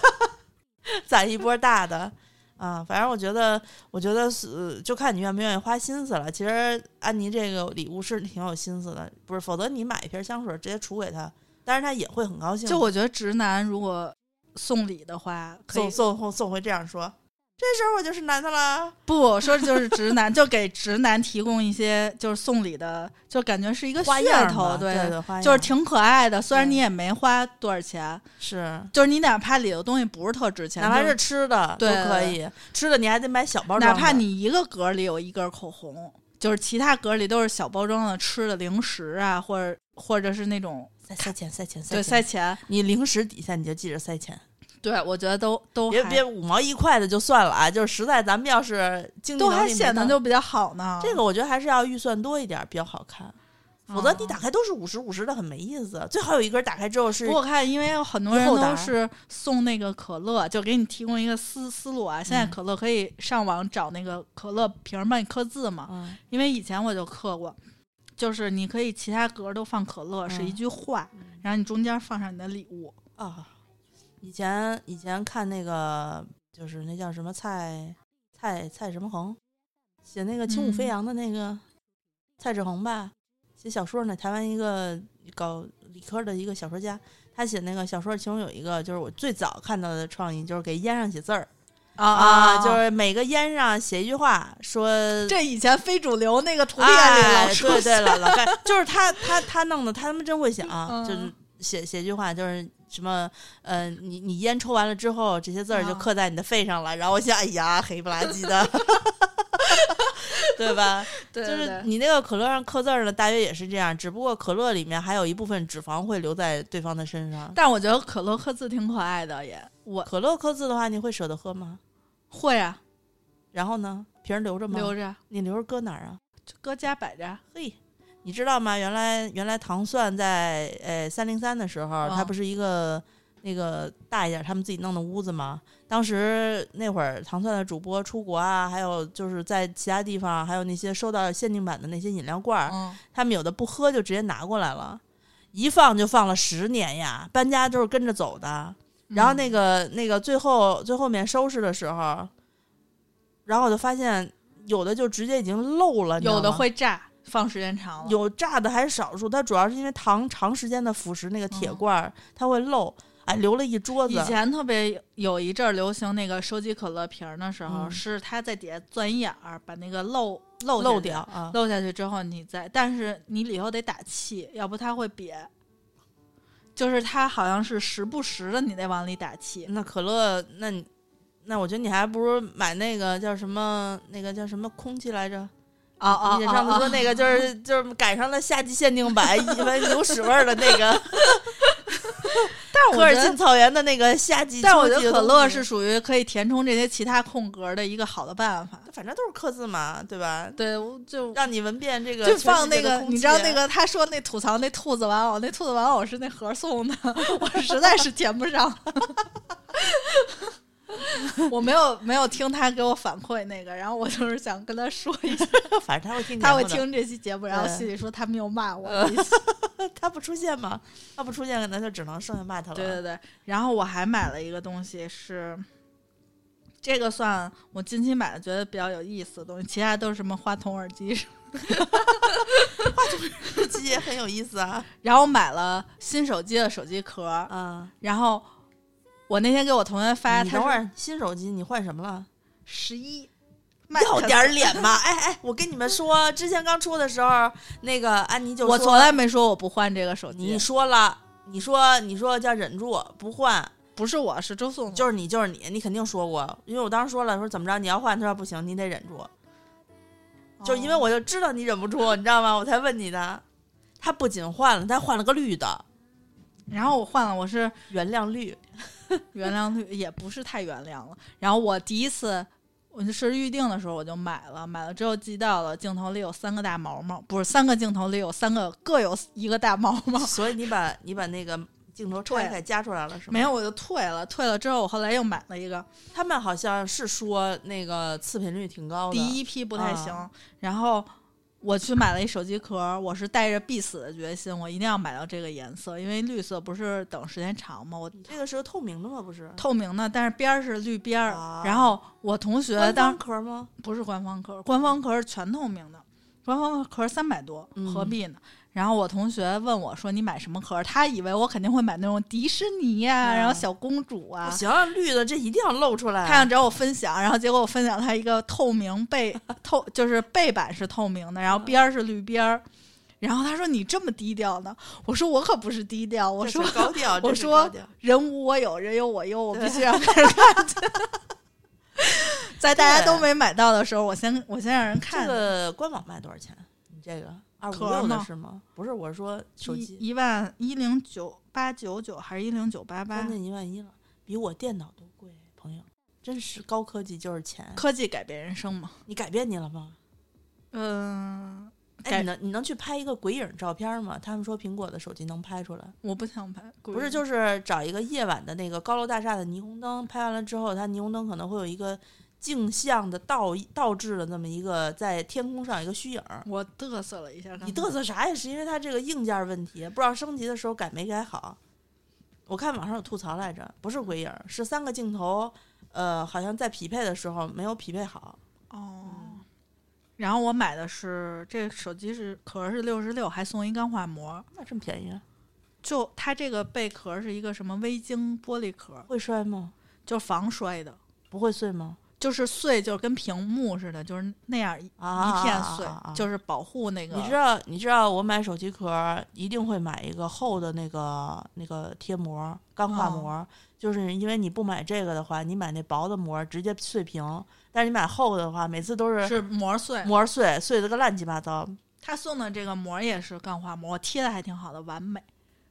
[LAUGHS] 攒一波大的啊。反正我觉得，我觉得是呃就看你愿不愿意花心思了。其实安妮这个礼物是挺有心思的，不是？否则你买一瓶香水直接除给她，但是她也会很高兴。就我觉得直男如果送礼的话，可送以送送送回这样说，这时候我就是男的啦。不我说就是直男，就给直男提供一些就是送礼的，就感觉是一个花样噱儿头，嘛对对花样儿就是挺可爱的。虽然对你也没花多少钱，是。就是你哪怕里头东西不是特值钱，哪怕就是吃的都对对可以，吃的你还得买小包装的。哪怕你一个格里有一根口红，就是其他格里都是小包装的吃的零食啊，或者或者是那种塞塞钱塞钱对塞塞钱，钱，你零食底下你就记着塞钱，对我觉得都都别还别五毛一块的就算了啊！就是实在咱们要是经济都能力还没显得到就比较好呢。这个我觉得还是要预算多一点儿比较好看，否则嗯哦你打开都是五十五十的很没意思。最好有一根儿打开之后是不过我看，因为有很多一人后打都是送那个可乐，就给你提供一个思思路啊。现嗯在可乐可以上网找那个可乐瓶儿帮你刻字嘛，嗯因为以前我就刻过，就是你可以其他格儿都放可乐，是一嗯句话，然后你中间放上你的礼物。啊，以前以前看那个就是那叫什么蔡蔡蔡什么恒写那个《轻舞飞嗯扬》的那个、蔡志恒吧，写小说呢，台湾一个搞理科的一个小说家，他写那个小说其中有一个就是我最早看到的创意，就是给烟上写字儿。啊哦就是每个烟上写一句话，说这以前非主流那个图片里老哎，出对现对了，老盖就是他他他弄的，他他妈真会想， [LAUGHS] 嗯就是写写句话，就是什么呃，你你烟抽完了之后，这些字儿就啊刻在你的肺上了。然后我想，哎呀，黑不拉几 [LAUGHS] 的，对吧？对就对是对你那个可乐上刻字儿呢，大约也是这样，只不过可乐里面还有一部分脂肪会留在对方的身上。但我觉得可乐刻字挺可爱的也，我可乐刻字的话，你会舍得喝吗？会啊，然后呢，瓶儿留着吗？留着你留着搁哪儿啊？就搁家摆着。嘿，你知道吗？原来原来糖蒜在呃三零三的时候，它嗯不是一个那个大一点儿他们自己弄的屋子吗？当时那会儿糖蒜的主播出国啊，还有就是在其他地方，还有那些收到限定版的那些饮料罐儿，嗯，他们有的不喝就直接拿过来了，一放就放了十年呀，搬家都是跟着走的。嗯然后那个那个最后最后面收拾的时候，然后我就发现有的就直接已经漏了，你知道有的吗会炸，放时间长了。有炸的还是少数，它主要是因为糖长时间的腐蚀那个铁嗯罐儿，它会漏，哎，留了一桌以子。前特别有一阵儿流行那个收集可乐瓶儿的时候，嗯是它在底下钻一眼儿，把那个漏漏漏掉掉，啊！漏下去之后你再，但是你里头得打气，要不它会瘪。就是它好像是时不时的，你得往里打气。那可乐，那你那我觉得你还不如买那个叫什么，那个叫什么空气来着？哦哦你哦上次说哦那个就是就是赶上了夏季限定版，一闻有屎味儿的那 [LAUGHS] 个但是科我尔觉沁得，草原的那个夏季，但我觉秋季得的可东乐西是，属于可以填充这些其他空格的一个好的办法。反正都是刻字嘛，对吧？对，我就让你闻遍这个全就世界的放那个，空你知道气啊那个他说那吐槽那兔子玩偶，那兔子玩偶是那盒送的， [LAUGHS] 我实在是填不上。 [LAUGHS] 我没有没有听他给我反馈那个，然后我就是想跟他说一 [LAUGHS] 下，反正他会听节他目会的听这期节目，然后对心里说他没有骂我。 [LAUGHS] 他不出现吗？他不出现，那就只能剩下骂他了。对对对，然后我还买了一个东西是，这个算我近期买的，觉得比较有意思的东西，其他都是什么话筒、耳机什么。这期也很有意思 [LAUGHS] 啊。然后买了新手机的手机壳，啊，然后我那天给我同学嗯发，你他等会说儿新手机你换什么了？十一，要点儿脸吧！哎哎，我跟你们说，之前刚出的时候，那个安妮就我说从来没说我不换这个手你机，说了，你说你说叫忍住不换，不是我是周颂，就是你就是你，你肯定说过，因为我当时说了，说怎么着你要换，他说不行，你得忍哦住，就是因为我就知道你忍不住，你知道吗？我才问你的。他不仅换了，他换了个绿的，然后我换了，我是原谅绿。原谅率也不是太原谅了。然后我第一次，我就是预定的时候我就买了，买了之后寄到了，镜头里有三个大毛毛，不是三个镜头里有三个，各有一个大毛 [LAUGHS] 毛。所以你把你把那个镜头拆开夹出来 [LAUGHS] 了是吗？啊没有，我就退了。退了之后，我后来又买了一个，他们好像是说那个次品率挺高的。第一批不太啊行，然后我去买了一手机壳，我是带着必死的决心，我一定要买到这个颜色，因为绿色不是等时间长嘛，我你这个是个透明的吗？不是透明的，但是边儿是绿边儿。啊然后我同学官当方壳吗？不是官方壳，官方壳是全透明的，官方壳三百多，嗯何必呢？然后我同学问我说：“你买什么壳？”他以为我肯定会买那种迪士尼呀、啊然后小公主啊，不行，绿的这一定要露出来。啊他想找我分享，然后结果我分享他一个透 [LAUGHS] 明背透，就是背板是透明的，然后嗯边儿是绿边儿。然后他说：“你这么低调呢？”我说：“我可不是低调，我这说是高 [LAUGHS] 调，我这是说高调人无我有，人有我优，我对必须让别人看见。 [LAUGHS] 在大家对都没买到的时候，我先我先让人这看见个官网卖多少钱？你这个二五壳六的吗是吗？不是，我说手机一一万一零九八九九还是一零九八八将？近一万一了，比我电脑都贵，朋友，真是高科技就是钱。科技改变人生嘛。你改变你了吗？嗯，哎，改你能你能去拍一个鬼影照片吗？他们说苹果的手机能拍出来。我不想拍，不是，就是找一个夜晚的那个高楼大厦的霓虹灯，拍完了之后，它霓虹灯可能会有一个镜像的倒倒置的那么一个在天空上一个虚影儿。我嘚瑟了一下。你嘚瑟。瑟啥呀？是因为它这个硬件问题，不知道升级的时候改没改好。我看网上有吐槽来着，不是鬼影儿，是三个镜头，呃，好像在匹配的时候没有匹配好。哦，然后我买的是这个手机是壳是六十六，还送一钢化膜。那这么便宜啊，就它这个贝壳是一个什么微晶玻璃壳，会摔吗？就是防摔的。不会碎吗？就是碎，就是跟屏幕似的，就是那样一啊，一片碎啊啊啊，就是保护那个。你知道，你知道我买手机壳儿一定会买一个厚的那个那个贴膜，钢化哦膜，就是因为你不买这个的话，你买那薄的膜直接碎屏，但是你买厚的话，每次都是是膜碎，膜碎碎的个乱七八糟，他送的这个膜也是钢化膜，我贴的还挺好的，完美，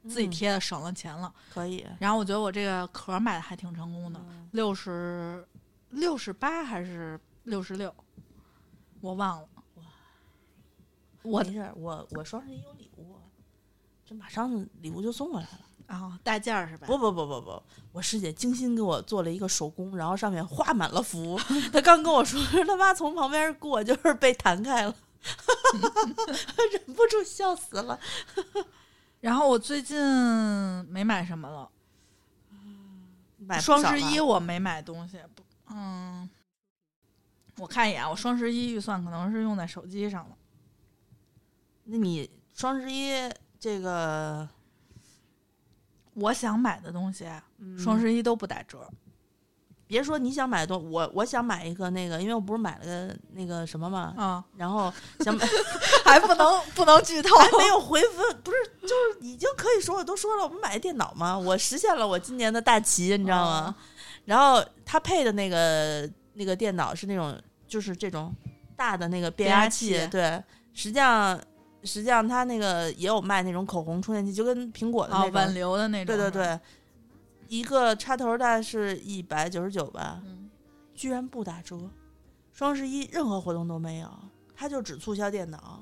自己嗯贴的省了钱了。可以。然后我觉得我这个壳买的还挺成功的，嗯六十六十八还是六十六，我忘了。我没事儿，我我双十一有礼物，啊这马上礼物就送过来了。啊，大件儿是吧？不不不不不，我师姐精心给我做了一个手工，然后上面画满了 [LAUGHS] 符。她刚跟我说，他妈从旁边过，就是被弹开 [LAUGHS] 了，忍不住笑死了。然后我最近没买什么了，买不双少十一了我没买东西，不，嗯，我看一眼，啊我双十一预算可能是用在手机上了。那你双十一这个、我想买的东西，啊嗯双十一都不打折。别说你想买东，我我想买一个那个，因为我不是买了个那个什么嘛，啊，然后想买。 [LAUGHS] 还不能不能剧透 [LAUGHS] 没 [LAUGHS] 有回复，不是，就是已经可以说我都说了，我们买的电脑嘛，我实现了我今年的大旗，你知道哦吗？然后他配的那个那个电脑是那种就是这种大的那个变压器，变压器对，实际上实际上他那个也有卖那种口红充电器，就跟苹果的啊，那挽种，留的那种。对对，对，一个插头大概是一百九十九吧，嗯，居然不打折，双十一任何活动都没有，他就只促销电脑。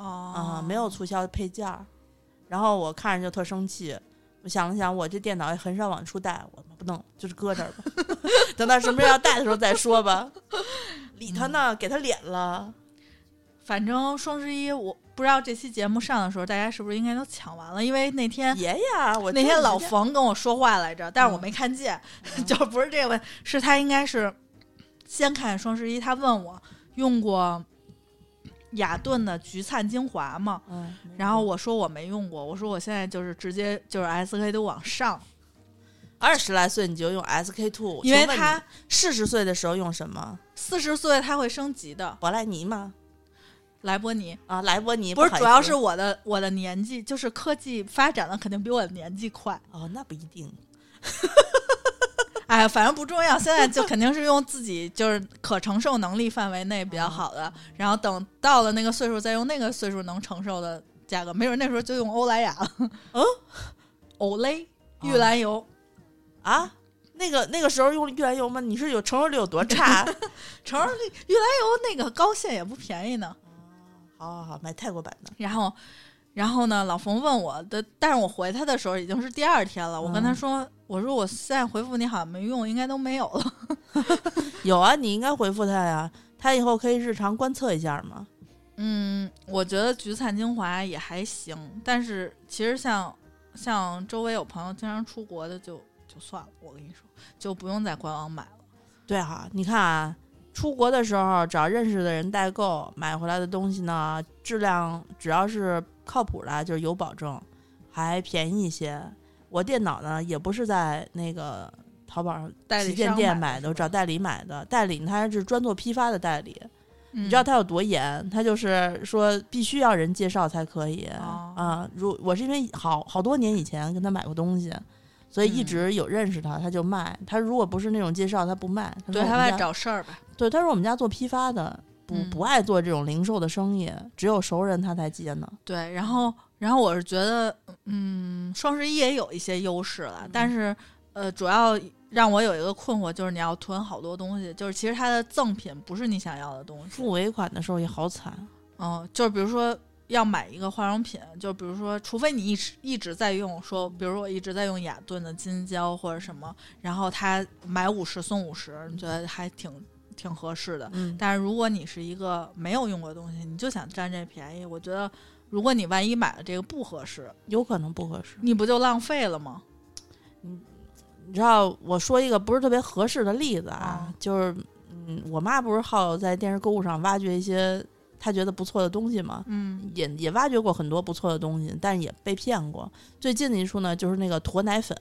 啊、哦，没有促销配件儿，然后我看着就特生气。我想了想，我这电脑也很少往出带，我不弄，就是搁这儿吧， [LAUGHS] 等到什么时候要带的时候再说 [LAUGHS] 吧。理他嗯呢，给他脸了。反正双十一，我不知道这期节目上的时候，大家是不是应该都抢完了？因为那天爷爷啊，我那这天几老冯跟我说话来着，但是我嗯没看见， [LAUGHS] 就不是这个问题，是他应该是先看双十一，他问我用过雅顿的橘灿精华吗？嗯，然后我说我没用过，我说我现在就是直接就是 SK 都往上，二十来岁你就用 SK two，因为它四十岁的时候用什么？四十岁它会升级的。博莱尼吗？莱博尼啊，莱博尼不是好，意主要思是我的我的年纪，就是科技发展的肯定比我的年纪快。哦，那不一定。哎呀，反正不重要，现在就肯定是用自己就是可承受能力范围内比较好嗯的，然后等到了那个岁数再用那个岁数能承受的价格，没准那时候就用欧莱雅了。嗯， [LAUGHS] 欧莱哦玉兰油、啊，那个那个时候用玉兰油吗？你是有承受力有多 [LAUGHS] 差？承认率玉兰油那个高线也不便宜呢。好好好，买泰国版的。然后，然后呢，老冯问我的，但是我回他的时候已经是第二天了。我跟他嗯说，我说我现在回复你好像没用，应该都没有了。有啊，你应该回复他呀，他以后可以日常观测一下嘛。嗯，我觉得橘灿精华也还行，但是其实像像周围有朋友经常出国的就就算了，我跟你说就不用在官网买了。对哈、你看啊，出国的时候找认识的人代购，买回来的东西呢，质量只要是靠谱的，就是有保证，还便宜一些。我电脑呢，也不是在那个淘宝上代理旗舰商店买买的，我找代理买的。代理他是专做批发的代理，你你知道他有多严？他就是说必须要人介绍才可以哦啊。如我是因为好好多年以前跟他买过东西，所以一嗯直有认识他，他就卖。他如果不是那种介绍，他不卖。他说对我他们在家找事儿吧？对，他说我们家做批发的，不嗯不爱做这种零售的生意，只有熟人他才接呢。对，然后然后我是觉得，嗯，双十一也有一些优势嗯了，但是呃，主要让我有一个困惑就是你要囤好多东西，就是其实它的赠品不是你想要的东西付，尾款的时候也好惨，嗯，就是比如说要买一个化妆品，就比如说，除非你一直一直在用，说，比如说我一直在用雅顿的金胶或者什么，然后他买五十送五十，你觉得还挺挺合适的。嗯，但是如果你是一个没有用过的东西，你就想占这便宜，我觉得如果你万一买了这个不合适，有可能不合适。你不就浪费了吗？你知道我说一个不是特别合适的例子啊，嗯就是嗯，我妈不是好在电视购物上挖掘一些她觉得不错的东西吗？嗯，也也挖掘过很多不错的东西，但也被骗过。最近的一处呢，就是那个驼奶粉，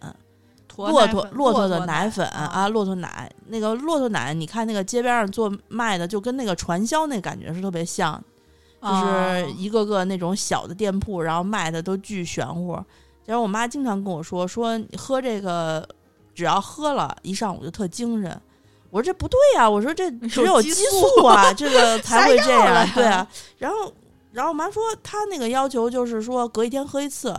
驼骆奶驼粉骆驼的的奶粉啊啊，骆驼奶那个骆驼奶，你看那个街边上做卖的，就跟那个传销那感觉是特别像，哦就是一个个那种小的店铺，然后卖的都巨玄乎。然后我妈经常跟我说，说你喝这个，只要喝了一上午就特精神。我说这不对呀、我说这只有激激素素啊，这 [LAUGHS] 个才会这下药了样呀，对啊。然后，然后我妈说她那个要求就是说隔一天喝一次，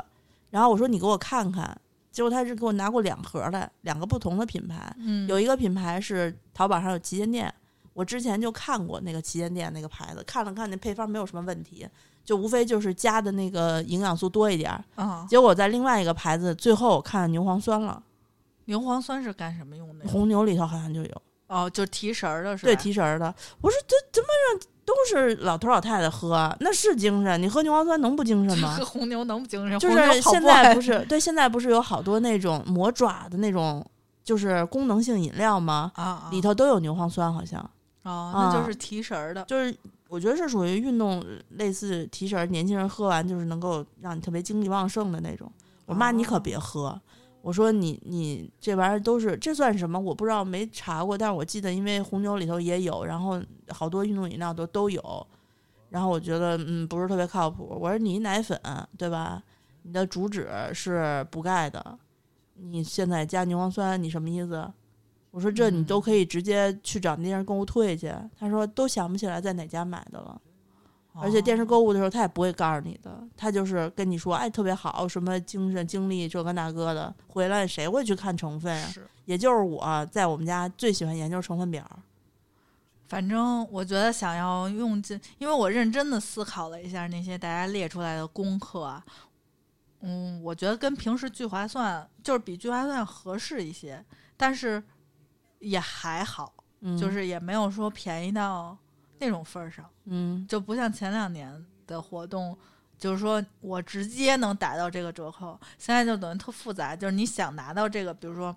然后我说你给我看看，结果她是给我拿过两盒来，两个不同的品牌，嗯有一个品牌是淘宝上有旗舰店，我之前就看过那个旗舰店那个牌子，看了看那配方没有什么问题，就无非就是加的那个营养素多一点儿。啊，结果在另外一个牌子，最后我看牛磺酸了，牛磺酸是干什么用的呀？红牛里头好像就有，哦，就是提神儿的是吧？对提神儿的。我说这怎么让都是老头老太太喝，啊那是精神，你喝牛磺酸能不精神 [LAUGHS] 吗喝？红牛能不精神？就红牛是好现在坏不是对，现在不是有好多那种魔爪的那种，就是功能性饮料吗？啊啊里头都有牛磺酸，好像。哦，那就啊是提神儿的。就是我觉得是属于运动呃类似提神儿，年轻人喝完就是能够让你特别精力旺盛的那种。我妈，你可哦别喝。我说你你这玩意儿都是这算什么？我不知道没查过，但是我记得因为红牛里头也有，然后好多运动饮料都都有，然后我觉得嗯不是特别靠谱。我说你奶粉对吧？你的主旨是补钙的，你现在加牛磺酸，你什么意思？我说这你都可以直接去找那电视购物退去。他说都想不起来在哪家买的了，哦而且电视购物物的时候他也不会告诉你的，他就是跟你说哎特别好，什么精神精力这个那个的。回来谁会去看成分啊？是，也就是我在我们家最喜欢研究成分表。反正我觉得想要用尽，因为我认真的思考了一下那些大家列出来的功课啊，嗯，我觉得跟平时聚划算就是比聚划算合适一些，但是也还好，嗯，就是也没有说便宜到那种份儿上。嗯就不像前两年的活动，就是说我直接能打到这个折扣，现在就等于特复杂，就是你想拿到这个，比如说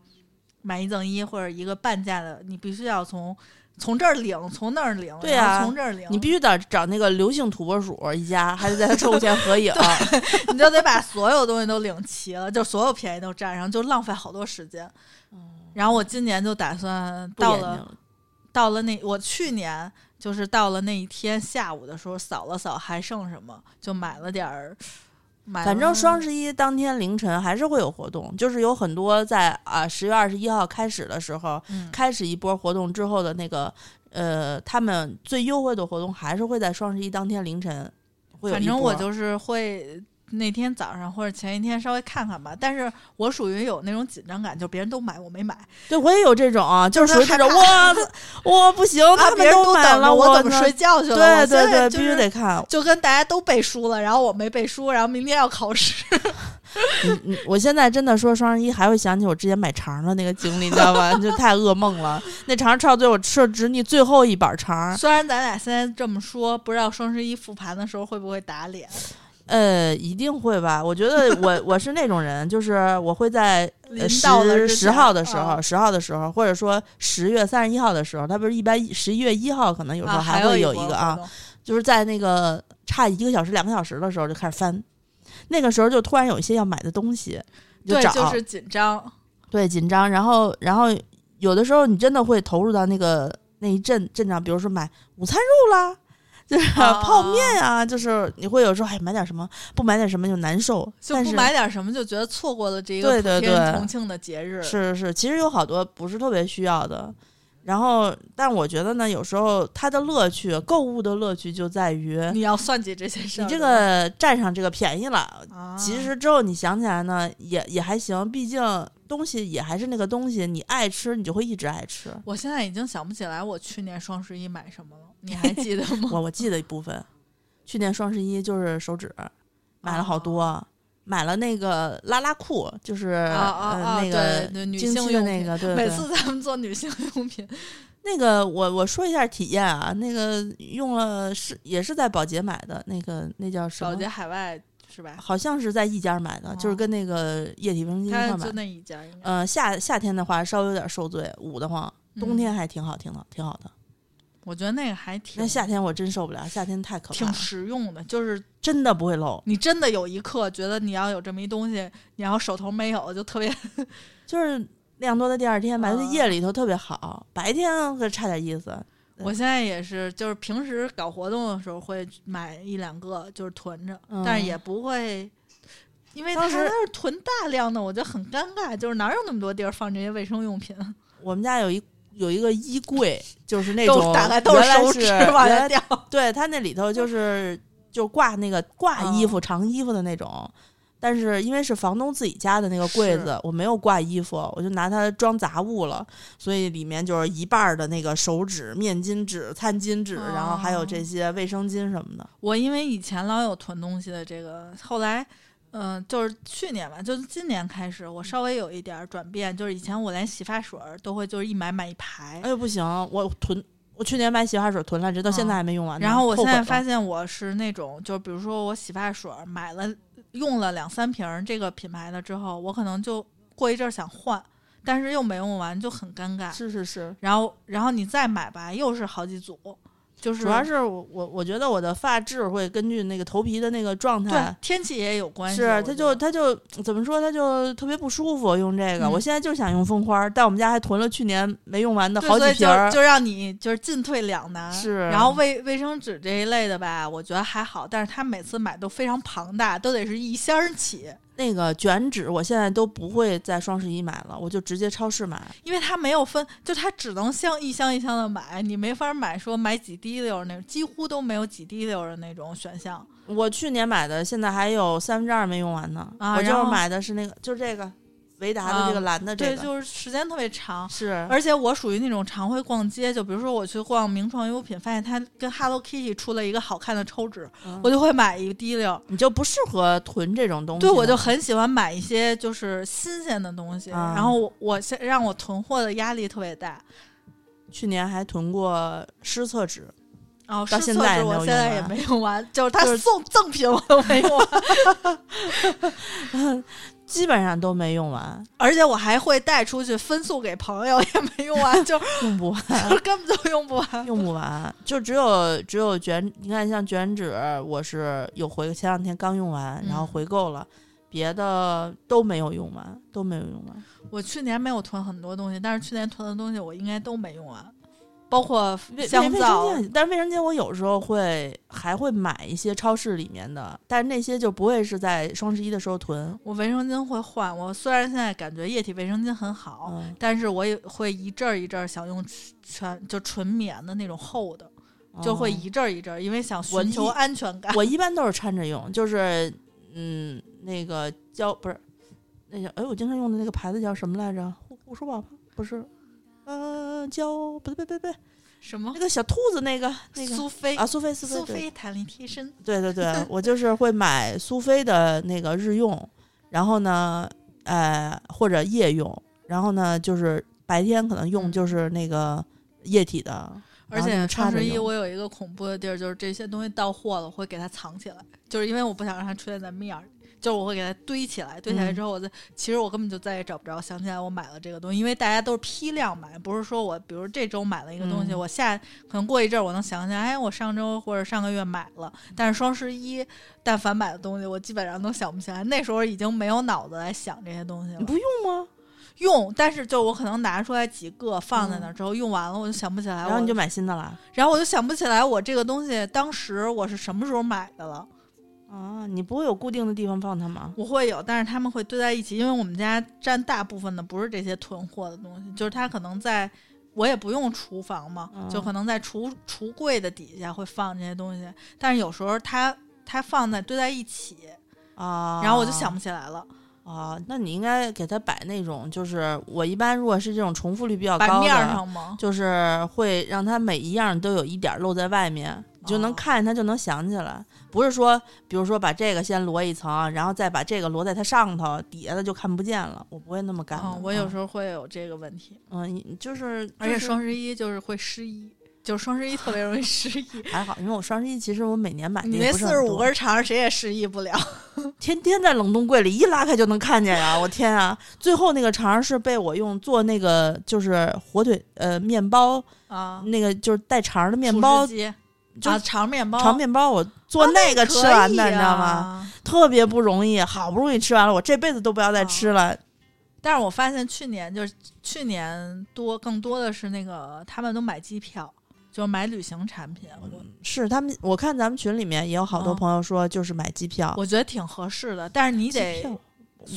买一赠一或者一个半价的，你必须要从从这儿领，从那儿领，对然后啊从这儿领，你必须得找那个刘姓土拨鼠一家，还得在他车库前合 [LAUGHS] 影。 [LAUGHS] 你就得把所有东西都领齐了，就所有便宜都占上，就浪费好多时间。然后我今年就打算哦不到研究了到了那我去年就是到了那一天下午的时候扫了扫还剩什么，就买了点儿。买反正了双十一当天凌晨还是会有活动，就是有很多在啊十月二十一号开始的时候，嗯开始一波活动之后的那个呃，他们最优惠的活动还是会在双十一当天凌晨会有反一正波我就是会那天早上或者前一天稍微看看吧，但是我属于有那种紧张感，就别人都买我没买，对我也有这种啊，就是属于这种害哇 [LAUGHS] 哇不行，啊他别们人都买等了，着我怎么呢睡觉去了？我对现对在对，就必须是得看。就跟大家都背书了，然后我没背书，然后明天要考试， [LAUGHS] 你你，嗯我现在真的说双十一还会想起我之前买肠的那个经历，你知道吧？就 [LAUGHS] 太噩梦了。那肠吃到最后，我吃了直腻最后一板肠，虽然咱俩现在这么说，不知道双十一复盘的时候会不会打脸，呃，一定会吧？我觉 [LAUGHS] 得我我是那种人，就是我会在呃临到了十之十前号的时啊候，十、号的时候，或者说十月三十一号的时候，它不是一般十一月一号可能有时候啊，还会有一波个活啊，动就是在那个差一个小时、两个小时的时候就开始翻，那个时候就突然有一些要买的东西，你对，找，就是紧张，对紧张，然后然后有的时候你真的会投入到那个那一阵阵仗，比如说买午餐肉啦，就是 [LAUGHS] 啊泡面啊，就是你会有时候哎买点什么，不买点什么就难受，就但不是。买点什么就觉得错过了这一个对普对天对同庆的节日，是是，其实有好多不是特别需要的。然后，但我觉得呢，有时候它的乐趣，购物的乐趣就在于你要算计这些事儿你这对吧。个占上这个便宜了。啊其实之后你想起来呢，也也还行，毕竟东西也还是那个东西，你爱吃你就会一直爱吃。我现在已经想不起来我去年双十一买什么了，你还记得吗？我我记得一部分，去年双十一就是手指买了好多，买了那个拉拉裤，就是、啊啊啊！呃、那个对对，女经性期的用那品个， [LAUGHS] 对对每对次咱们做女性用品，那个我我说一下体验啊，那个用了是也是在宝洁买的，那个那叫什保么洁？海外是吧？好像是在一家买的，哦就是跟那个液体卫生巾一块它儿就买。那一家应该。呃，夏夏天的话稍微有点受罪，捂得慌；嗯冬天还挺好，挺好，挺好的。我觉得那个还挺那夏天我真受不了，夏天太可怕挺了，实用的，就是真的不会漏。你真的有一刻觉得你要有这么一东西，你要手头没有，就特别就是晾多的第二天吧，就啊夜里头特别好，白天可差点意思。对我现在也是，就是平时搞活动的时候会买一两个，就是囤着，嗯但是也不会，因为当他时那是囤大量的，我觉得很尴尬，就是哪有那么多地儿放这些卫生用品？啊我们家有一有一个衣 [LAUGHS] 柜，就是那都种大概都是原来手是指往原下来掉，对，它那里头就是就挂那个挂啊衣服、长衣服的那种。但是因为是房东自己家的那个柜子，我没有挂衣服，我就拿它装杂物了，所以里面就是一半儿的那个手纸、面巾纸、餐巾纸，然后还有这哦些卫生巾什么的。 [LAUGHS] 我因为以前老有囤东西的这个，后来，嗯、就是去年吧，就是今年开始，我稍微有一点儿转变，就是以前我连洗发水儿都会就是一买买一排哎，呦不行，我囤，我去年买洗发水囤来着，到现在嗯还没用完呢、然后我后现悔在了发现我是那种，就是比如说我洗发水儿买了用了两三瓶儿这个品牌的之后，我可能就过一阵儿想换，但是又没用完，就很尴尬。是是是，然后，然后你再买吧，又是好几组，就是主要是我我我觉得我的发质会根据那个头皮的那个状态对。天气也有关系。是它我，觉就得它就怎么说，它就特别不舒服。用这个，嗯我现在就想用蜂花，但我们家还囤了去年没用完的对好几瓶所以儿就。就让你就是进退两难。是然后卫卫生纸这一类的吧，我觉得还好，但是他每次买都非常庞大，都得是一箱儿起，那个卷纸，我现在都不会在双十一买了，我就直接超市买。因为它没有分，就它只能像一箱一箱的买，你没法买说买几滴溜儿那种，几乎都没有几滴溜儿的那种选项。我去年买的，现在还有三分之二没用完呢。啊我就然是后买的是那个，就这个维达的这个啊蓝的这对，个，就是时间特别长。是而且我属于那种常会逛街，就比如说我去逛名创优品，发现它跟 Hello Kitty 出了一个好看的抽纸，嗯我就会买一滴溜儿。你就不适合囤这种东西对，呢。我就很喜欢买一些就是新鲜的东西，啊然后我我现让我囤货的压力特别大。去年还囤过湿厕纸，然后到湿现厕在也纸没我有现在用也完没用完，就是他就是送赠品我都没用完，啊基本上都没用 [LAUGHS] 完， [LAUGHS] 而且我还会带出去分送给朋友，也没用 [LAUGHS] 完，就用不完，就是根本就用不完。用不完，就只有只有卷，你看像卷纸，我是有回，前两天刚用完，然后嗯回购了，别的都没有用完，都没有用完。我去年没有囤很多东西，但是去年囤的东西我应该都没用完，包括卫香卫皂生。间，但是卫生间我有时候会还会买一些超市里面的，但是那些就不会是在双十一的时候囤。我卫生巾会换，我虽然现在感觉液体卫生巾很好，嗯，但是我也会一阵儿一阵儿想用全就纯棉的那种厚的，就会哦一阵儿一阵儿，因为想我寻求一安全 [LAUGHS] 感。我一般都是掺着用，就是嗯，那个胶不是那叫哎，我经常用的那个牌子叫什么来着？护护舒宝不是，呃，胶不对不对不对，什么那个小兔子那个那个苏菲啊，苏菲苏菲苏对菲弹力贴身，对对对，我就是会买苏菲的那个日用，然后呢，呃，或者夜用，然后呢，就是白天可能用嗯就是那个液体的，而然后就且是插双着十一用我有一个恐怖的地儿，就是这些东西到货了，我会给它藏起来，就是因为我不想让它出现在面儿，就是我会给它堆起来，堆起来嗯之后，我再、其实我根本就再也找不着，想起来我买了这个东西，因为大家都是批量买，不是说我比如这周买了一个东西，嗯我下可能过一阵儿我能想起来，哎，我上周或者上个月买了，嗯但是双十一但凡买的东西，我基本上都想不起来，那时候已经没有脑子来想这些东西了你。不用吗？用，但是就我可能拿出来几个放在嗯那儿之后，用完了我就想不起来，然后我你就买新的啦。然后我就想不起来我这个东西当时我是什么时候买的了。啊，你不会有固定的地方放它吗？我会有，但是他们会堆在一起，因为我们家占大部分的不是这些囤货的东西，就是它可能在。我也不用厨房嘛，嗯就可能在橱橱柜的底下会放这些东西，但是有时候它它放在堆在一起，啊，然后我就想不起来了，啊，那你应该给它摆那种，就是我一般如果是这种重复率比较摆高面儿的，上吗？就是会让它每一样都有一点儿露在外面，你就能哦看见它就能想起来。不是说，比如说把这个先摞一层，然后再把这个摞在它上头，底下的就看不见了。嗯我不会那么哦干的。嗯，我有时候会有这个问题，嗯，你就是，而且就是双十一就是会失忆，就是双十一特别容易失 [LAUGHS] 忆。还好，因为我双十一其实我每年买的你也那不是四很十五多根肠儿谁也失忆不了。天天在冷冻柜里一拉开就能看见啊！我天啊！最后那个肠儿是被我用做那个就是火腿呃面包， [LAUGHS] 啊，那个就是带肠儿的面厨师包机就啊，肠面包，长面包，我做啊那个吃完的，你知道？可以吗？啊特别不容易，好不容易吃完了，我这辈子都不要再吃了。但是我发现去年就是去年多更多的是那个他们都买机票，就是买旅行产品，嗯我是他们，我看咱们群里面也有好多嗯朋友说，就是买机票，我觉得挺合适的。但是你啊机票我得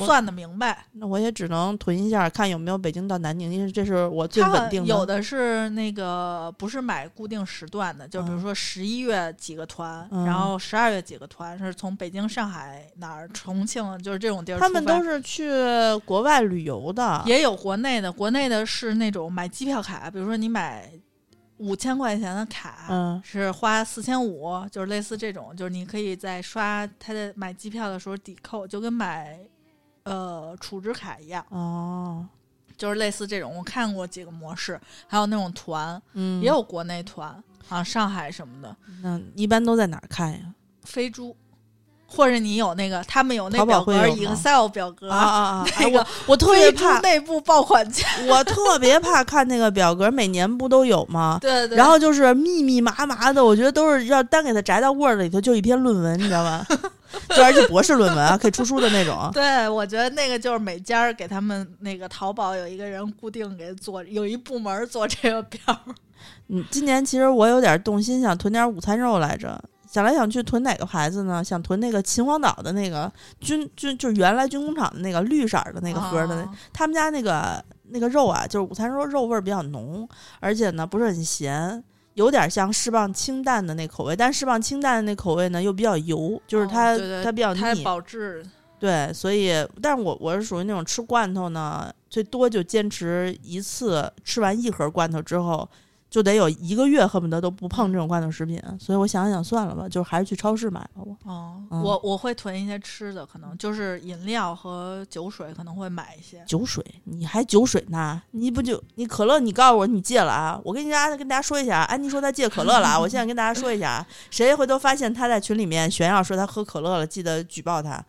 算的明白，那我也只能囤一下，看有没有北京到南宁，因为这是我最它稳很定的。有的是那个不是买固定时段的，就比如嗯说十一月几个团，嗯然后十二月几个团是从北京、上海哪儿、重庆，就是这种地儿出发。他们都是去国外旅游的，也有国内的，国内的是那种买机票卡，比如说你买五千块钱的卡，嗯是花四千五，就是类似这种，就是你可以在刷他在买机票的时候抵扣，就跟买呃储值卡一样，哦，就是类似这种。我看过几个模式，还有那种团，嗯，也有国内团啊，上海什么的，那一般都在哪儿看呀？飞猪，或者你有那个他们有那淘宝表格会有吗，Excel 表格。啊啊！那哎个我我特别飞猪怕，内部爆款价，我特别怕看那个表格，每年不都有吗？对对对，然后就是密密麻麻的，我觉得都是要单给它摘到 Word 里头，就一篇论文，你知道吧？ [LAUGHS] 就而且博士论文啊，可以出书的那种。对，我觉得那个就是每家儿给他们那个淘宝有一个人固定给做，有一部门儿做这个表儿。嗯，今年其实我有点动心，想囤点午餐肉来着。想来想去囤哪个牌子呢？想囤那个秦皇岛的那个军军，就是原来军工厂的那个绿色儿的那个盒儿的那啊他们家那个那个肉啊，就是午餐肉肉味儿比较浓，而且呢不是很咸，有点像释棒清淡的那口味，但释棒清淡的那口味呢又比较油，就是哦它、对对它比较它腻，保质对，所以但是我我是属于那种吃罐头呢，最多就坚持一次吃完一盒罐头之后。就得有一个月，恨不得都不碰这种罐头食品，所以我想想算了吧，就还是去超市买吧。我哦，嗯我我会囤一些吃的，可能就是饮料和酒水可能会买一些。酒水，你还酒水呢？你不就你可乐？你告诉我你戒了啊！我跟大家跟大家说一下，啊安妮说她戒可乐 [LAUGHS] 了啊！我现在跟大家说一下啊，谁回头发现她在群里面炫耀说她喝可乐了，记得举报她。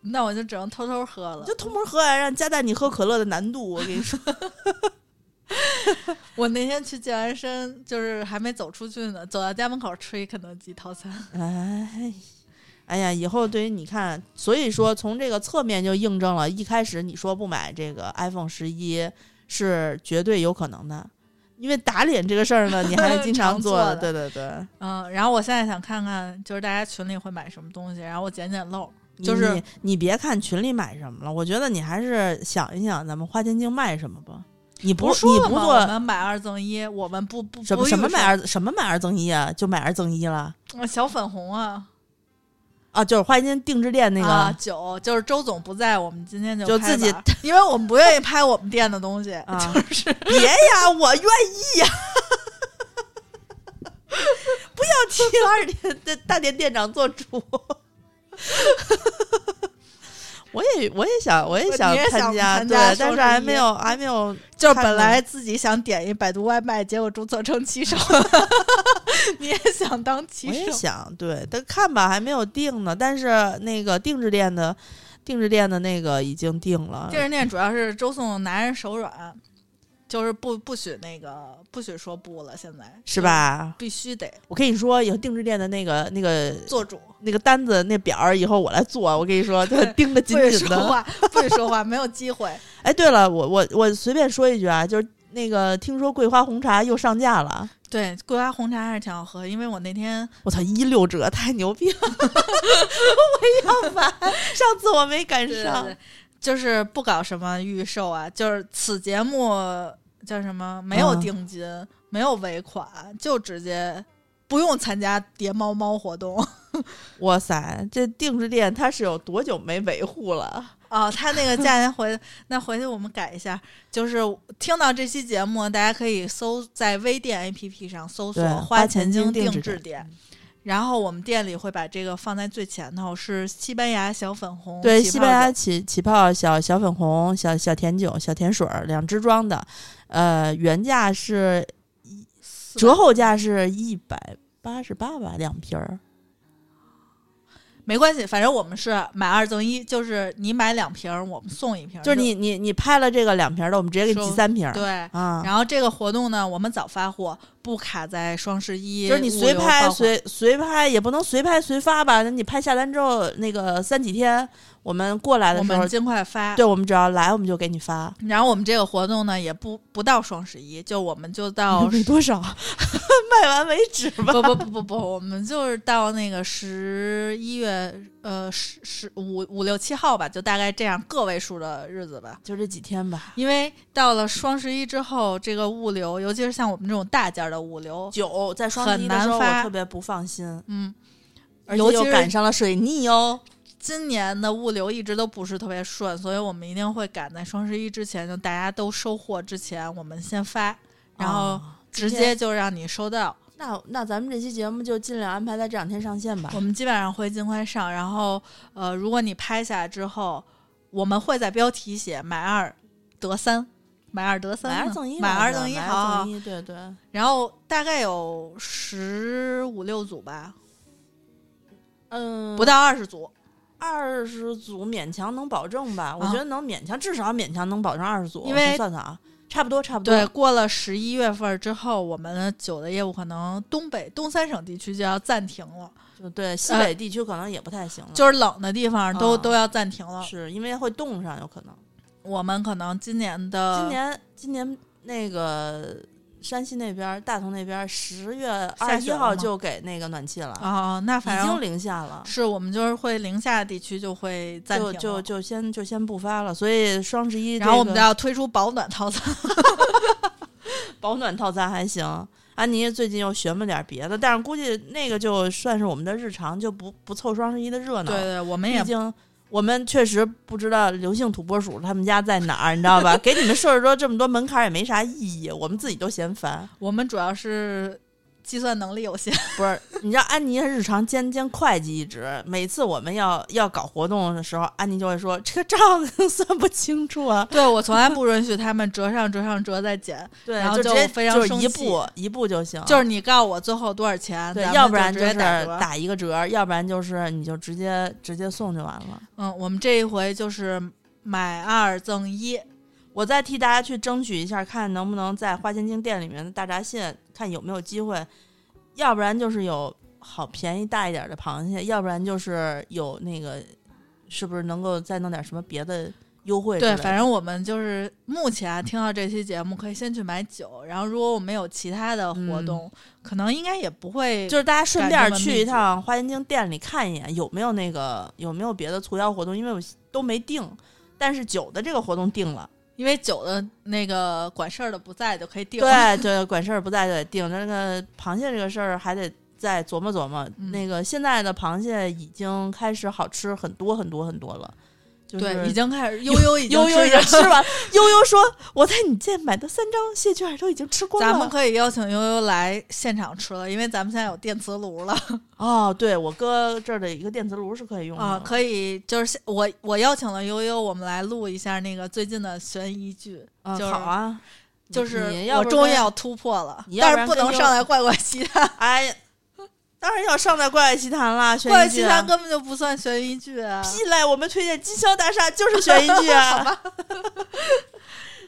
那我就只能偷偷喝了就。偷摸喝啊，让加大你喝可乐的难度。我跟你 [LAUGHS] 说，我那天去健完身，就是还没走出去呢，走到家门口吃一肯德基套餐。哎，哎呀，以后对于你看，所以说从这个侧面就印证了一开始你说不买这个 iPhone 十一是绝对有可能的。因为打脸这个事儿呢，你还是经常常做做的，的对对对。嗯，然后我现在想看看，就是大家群里会买什么东西，然后我捡捡漏。就你是你你别看群里买什么了，我觉得你还是想一想咱们花钱精卖什么吧。你不不是说你了不吗做我们买二赠一，我们不不什么不什么预买二什么买二赠一啊，就买二赠一了啊，小粉红啊，啊，就是花间定制店那个。啊酒，就是周总不在，我们今天就就拍自己吧， [LAUGHS] 因为我们不愿意拍我们店的东西，啊 [LAUGHS] 就是别呀，我愿意呀、 [LAUGHS] 不要 [LAUGHS] 替二店的大店店长做主。 [LAUGHS] 我也我也想我也想你也想参加，参加对，但双是十还一没有还没有就是看看本来自己想点一百度外卖，结果注册成骑手， [LAUGHS] 你也想当骑我也手？想，对，但看吧，还没有定呢。但是那个定制店的，定制店的那个已经定了。电视店主要是周总拿人手软，就是不不许那个不许说不了，现在是？吧？呃必须得我跟你说，以后定制店的那个、那个、做主，那个单子、那表儿，以后我来做。我跟你说， [LAUGHS] 就盯得紧不许紧说的。话，不许说话，没有机会。 [LAUGHS] 哎，对了，我我我随便说一句啊，就是那个听说桂花红茶又上架了，对，桂花红茶还是挺好喝，因为我那天我操，一六折，太牛逼了！ [LAUGHS] 我要买，上次我没赶对上。对对就是不搞什么预售啊，就是此节目叫什么没有嗯定金，没有尾款，就直接不用参加叠猫猫活动 [LAUGHS] 哇塞，这定制店它是有多久没维护了？啊。他那个价 [LAUGHS] 钱回，那回去我们改一下，就是听到这期节目，大家可以搜在微店 APP 上搜索对“花钱钱精定定制制店”。然后我们店里会把这个放在最前头，是西班牙小粉红，对，起西泡班牙酒起起泡小小粉红、小小甜酒、小甜水儿两支装的，呃，原价是折后价是一百八十八吧，两瓶儿。没关系，反正我们是买二赠一，就是你买两瓶儿，我们送一瓶儿，就是你你你拍了这个两瓶儿的，我们直接给你寄收三瓶儿。对。啊，然后这个活动呢，我们早发货，不卡在双十一，就是你物随流拍爆款随随拍也不能随拍随发吧？那你拍下单之后，那个三几天我们过来的我时们候，尽快发。对我们只要来我们就给你发。然后我们这个活动呢，也不不到双十一，就我们就到 [LAUGHS] 没十多少，卖完为止吧。哦不不不不不，我们就是到那个十一月呃十十五五六七号吧，就大概这样个位数的日子吧。就这几天吧。因为到了双十一之后，这个物流，尤其是像我们这种大件儿的物流，酒在双十很一的难时候，发我特别不放心，嗯，而且尤又其赶是上了水逆哦。今年的物流一直都不是特别顺，所以我们一定会赶在双十一之前，就大家都收货之前，我们先发，然后啊直今接就让你收到。那那咱们这期节目就尽量安排在这两天上线吧我。们基本上会尽快上，然后呃，如果你拍下来之后，我们会在标题写“买二得三”，买二得三买呢，二赠一吧，买二是吧赠一，买好二好赠。一，对对。然后大概有十五六组吧，嗯，不到二十组。二十组，勉强能保证吧？我啊觉得能勉强，至少勉强能保证二十组。因为我算算啊，差不多，差不多。对，，过了十一月份之后，我们的酒的业务可能东北东三省地区就要暂停了，就对，西北地区可能也不太行了，呃就是冷的地方都、嗯都要暂停了。是因为会冻上，有可能。我们可能今年的今年今年那个山西那边儿，大同那边儿，十月下二雪一了号吗就给那个暖气了，啊、那反已正经零下了。是我们就是会零下地区就会暂停就了，就就先就先不发了，所以双十一、然后我们就要推出保暖套餐。保暖套餐还行。安妮最近又学么点儿别的，但是估计那个就算是我们的日常，就不不凑双十一的热闹。对对，我们也毕竟我们确实不知道刘姓土拨鼠他们家在哪儿，你知道吧？ [LAUGHS] 给你们设置多这么多门槛儿也没啥意义，我们自己都嫌烦。我们主要是计算能力 [LAUGHS] 有限，不是，你知道安妮日常兼兼会计一职，每次我们要要搞活动的时候，安妮就会说这个账 [LAUGHS] 算不清楚啊。对我从来不允许他们折上折上折再减，对，然后就就直接非常就是生一气步一步就行，就是你告诉我最后多少钱，对咱，们要不然就就直是接打折。打一个折，要不然就是你就直接直接送就完了。嗯，我们这一回就是买二赠一，我再替大家去争取一下，看能不能在花千金店里面的大闸蟹，看有没有机会。要不然就是有好便宜大一点的螃蟹，要不然就是有那个，是不是能够再弄点什么别的优惠之类对，的？反正我们就是目前啊，听到这期节目可以先去买酒，然后如果我们有其他的活嗯动，可能应该也不会就是大家顺赶便这么密去集一趟花千金店里看一眼，有没有那个有没有别的促销活动，因为我都没定，但是酒的这个活动定了。因为酒的那个管事儿的不在就可以定。 [LAUGHS] 对对，管事儿不在就得定。那个螃蟹这个事儿还得再琢磨琢磨。嗯那个现在的螃蟹已经开始好吃很多很多很多了，就是对，已经开始悠悠已经悠悠已经 [LAUGHS] 吃了完。悠悠说：“我在你店买的三张蟹券都已经吃光了。”咱们可以邀请悠悠来现场吃了，因为咱们现在有电磁炉了哦，对我哥这儿的一个电磁炉是可以用的。啊，可以就是现我我邀请了悠悠，我们来录一下那个最近的悬疑剧，啊就是好啊，你就是你要我不终于跟要突破了你，要不但然是不能跟悠上来怪怪奇谈，哎呀，当然要上在怪奇谈啦，悬疑怪剧奇啊谈根本就不算悬疑剧啊。屁嘞！我们推荐《金宵大厦》就是悬疑剧啊。好 [LAUGHS] [LAUGHS] 吧。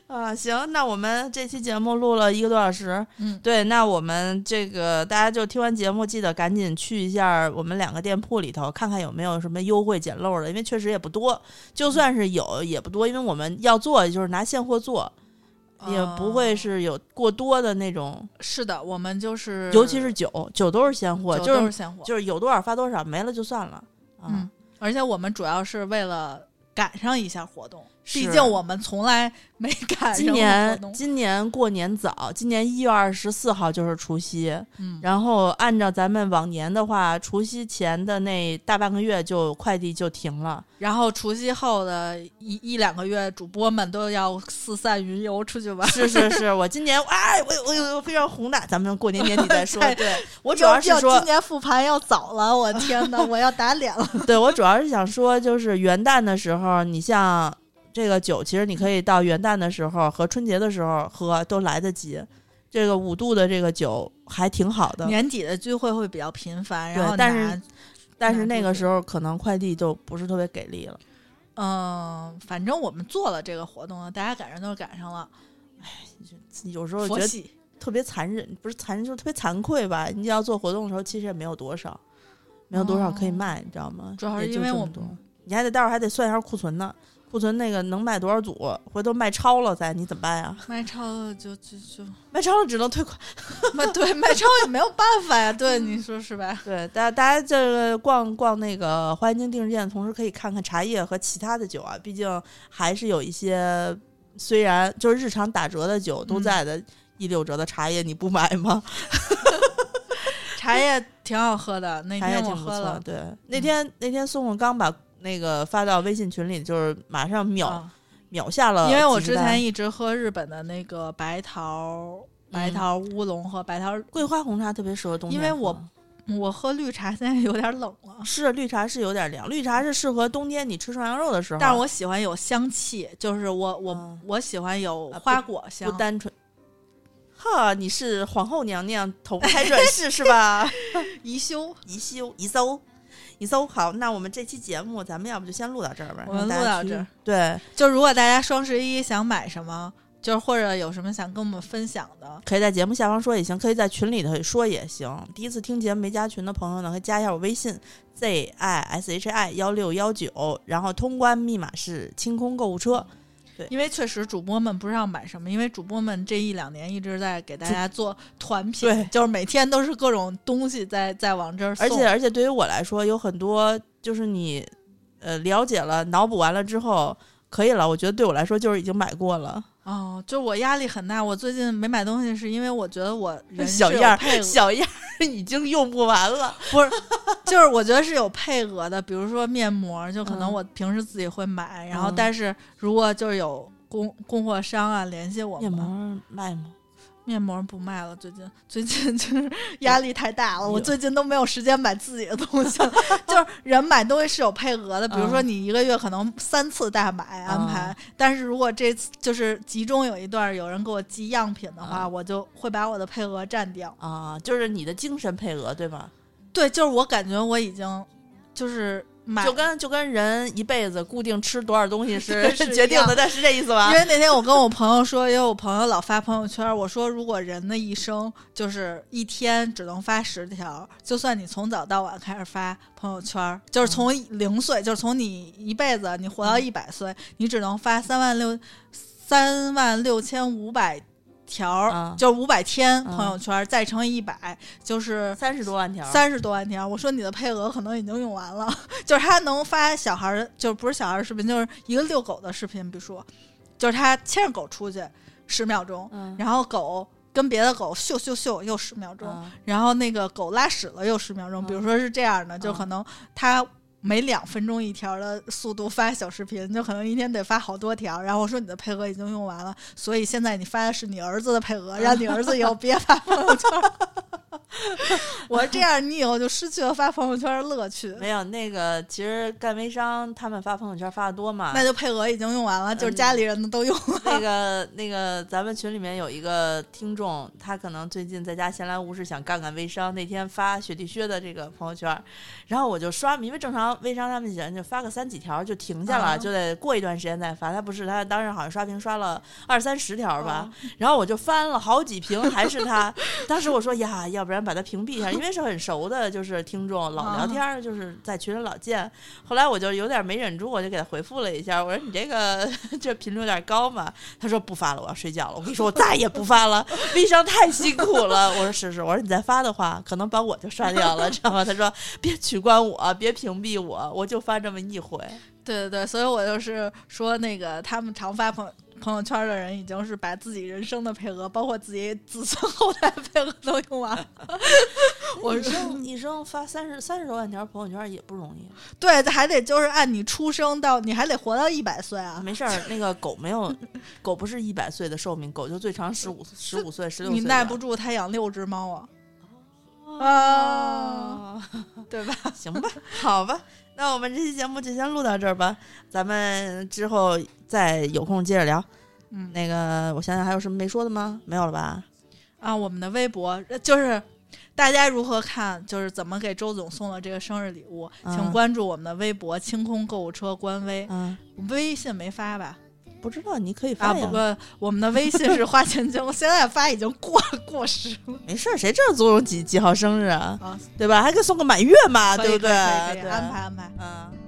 啊，行，那我们这期节目录了一个多小时，嗯对，那我们这个大家就听完节目，记得赶紧去一下我们两个店铺里头，看看有没有什么优惠捡漏的，因为确实也不多，就算是有也不多，因为我们要做就是拿现货做， [LAUGHS] 也不会嗯是有过多的那种，是的，我们就是尤其是酒，酒都是现货，嗯酒就都是是现货，就是有多少发多少，没了就算了啊。嗯，而且我们主要是为了赶上一下活动，毕是竟我们从来没赶上今过活年动。今年过年早，今年一月二十四号就是除夕，嗯，然后按照咱们往年的话，除夕前的那大半个月就快递就停了。然后除夕后的一一两个月，主播们都要四散云游出去玩。是是是，我今年哎，我我我非常宏大，咱们过年年底再说。[LAUGHS] 对对 [LAUGHS] 我主要是要说今，年复盘要早了，我天 [LAUGHS] 哪，我要打脸了。对我主要是想说，就是元旦的时候，你像这个酒，其实你可以到元旦的时候和春节的时候喝都来得及。这个五度的这个酒还挺好的，年底的聚会会比较频繁，然对后但是拿但是难那度个的时候可能快递就不是特别给力了。嗯，反正我们做了这个活动了，大家赶上都是赶上了，有时候觉佛得系。特别残忍，不是残忍，就是特别惭愧吧。你要做活动的时候，其实也没有多少，没有多少可以哦卖，你知道吗？主要是也因就为这我么多们你还得待会儿还得算一下库存呢，库存那个能卖多少组，回头卖超了再你怎么办呀？卖超了就就就 [LAUGHS] 卖超了只能退款。卖对卖超也没有办法呀，对你说是吧？对，大家大家这个逛逛那个花园京定制店，同时可以看看茶叶和其他的酒啊，毕竟还是有一些虽然就是日常打折的酒都嗯在的，一六折的茶叶你不买吗？茶叶挺好喝的，那茶叶天挺我不喝错了的。，嗯对，那天、那天宋宋刚把那个发到微信群里，就是马上秒、啊秒下了几因十单，为我之前一直喝日本的那个白桃、白嗯桃乌龙和白桃，桂花红茶特别适合冬天因喝，为我我喝绿茶现在有点冷了，是绿茶是有点凉，绿茶是适合冬天你吃涮羊肉的时候，啊但是我喜欢有香气，就是我我、嗯我喜欢有啊不花果香不，单纯。哈，你是皇后娘娘投胎 [LAUGHS] 转世是吧？宜修。一修一搜一搜，好，那我们这期节目咱们要不就先录到这儿吧？我们让大家录到这儿去，对，就如果大家双十一想买什么，就是或者有什么想跟我们分享的，可以在节目下方说也行，可以在群里头也说也行。第一次听节目没加群的朋友呢，可以加一下我微信 z i s h i 幺六幺九，然后通关密码是清空购物车。因为确实主播们不知道买什么，因为主播们这一两年一直在给大家做团对品，就是每天都是各种东西在在往这儿送，而且而且对于我来说，有很多就是你呃了解了、脑补完了之后，可以了。我觉得对我来说就是已经买过了。哦，就我压力很大。我最近没买东西，是因为我觉得我人是小有样配儿，额小样儿已经用不完了。不是， [LAUGHS] 就是我觉得是有配额的，比如说面膜，就可能嗯我平时自己会买，然后嗯但是如果就是有供供货商啊联系我面们膜卖吗？面膜不卖了，最近最近就是 [LAUGHS] 压力太大了，有我最近都没有时间买自己的东西了。 [LAUGHS] 就是人买东西是有配额的，比如说嗯你一个月可能三次大买安排，但是如果这次就是集中有一段有人给我寄样品的话，嗯我就会把我的配额占掉。啊，就是你的精神配额对吗？对，就是我感觉我已经就是买就跟就跟人一辈子固定吃多少东西是对是决一定样的，但是这意思吧因？为那天我跟我朋友说，因为我朋友老发朋友圈，我说如果人的一生就是一天只能发十条，就算你从早到晚开始发朋友圈，就是从零岁，就是从你一辈子你活到一百岁，你只能发三万六三万六千五百条，嗯就是五百天嗯朋友圈，再乘以一百就是。三十多万条，三十多万条，我说你的配额可能已经用完了，就是他能发小孩儿，就是不是小孩儿视频，就是一个遛狗的视频，比如说，就是他牵着狗出去十秒钟，嗯然后狗跟别的狗咻咻咻又十秒钟，啊然后那个狗拉屎了又十秒钟，嗯比如说是这样的，就嗯可能他。每两分钟一条的速度发小视频，就可能一天得发好多条。然后我说你的配额已经用完了，所以现在你发的是你儿子的 [LAUGHS] 配额，让你儿子以后别发朋友圈。 [LAUGHS] 我说这样你以后就失去了发朋友圈的乐趣。没有那个，其实干微商他们发朋友圈发的多嘛，那就配额已经用完了，就是家里人的都用了。那个那个，咱们群里面有一个听众，他可能最近在家闲来无事，想干干微商。那天发雪地靴的这个朋友圈，然后我就刷，因为正常微商他们人就发个三几条就停下了，啊就得过一段时间再发。他不是，他当时好像刷屏刷了二三十条吧，哦然后我就翻了好几屏，还是他。当时我说呀，要不然把他屏蔽一下，因为是很熟的，就是听众老聊天儿，就是在群里老见。后来我就有点没忍住，我就给他回复了一下，我说你这个 [LAUGHS] 这频率有点高嘛。他说不发了，我要睡觉了。我 [LAUGHS] 跟你说，我再也不发了，微商太辛苦了。我说是是，我说你再发的话，可能把我就刷掉了，知道吗？他说别取关我，别屏蔽我，我就发这么一回。对对对，所以我就是说，那个他们常发朋朋友圈的人，已经是把自己人生的配额，包括自己子孙后代的配额都 [LAUGHS] 用完了。我一生一生发三十三十多万条朋友圈也不容易。啊对，还得就是按你出生到你还得活到一百岁啊。没事 [LAUGHS] 儿，那个狗没有，狗不是一百岁的寿命，狗就最长十五十五岁、十六岁。你耐不住他养六只猫啊，啊啊？对吧？行吧， [LAUGHS] 好吧，那我们这期节目就先录到这儿吧，咱们之后再有空接着聊。嗯，那个，我想想还有什么没说的吗？没有了吧？啊，我们的微博呃就是大家如何看，就是怎么给周总送了这个生日礼物，请嗯关注我们的微博“清空购物车”官微，嗯，微信没发吧？不知道你可以啊，发不呀，过我们的微信是花钱精，我现在发已经过过时了没事儿，谁知道祖宗几几号生日啊？啊，对吧？还给送个满月嘛，可对以不对？可以可以对安排安排。嗯。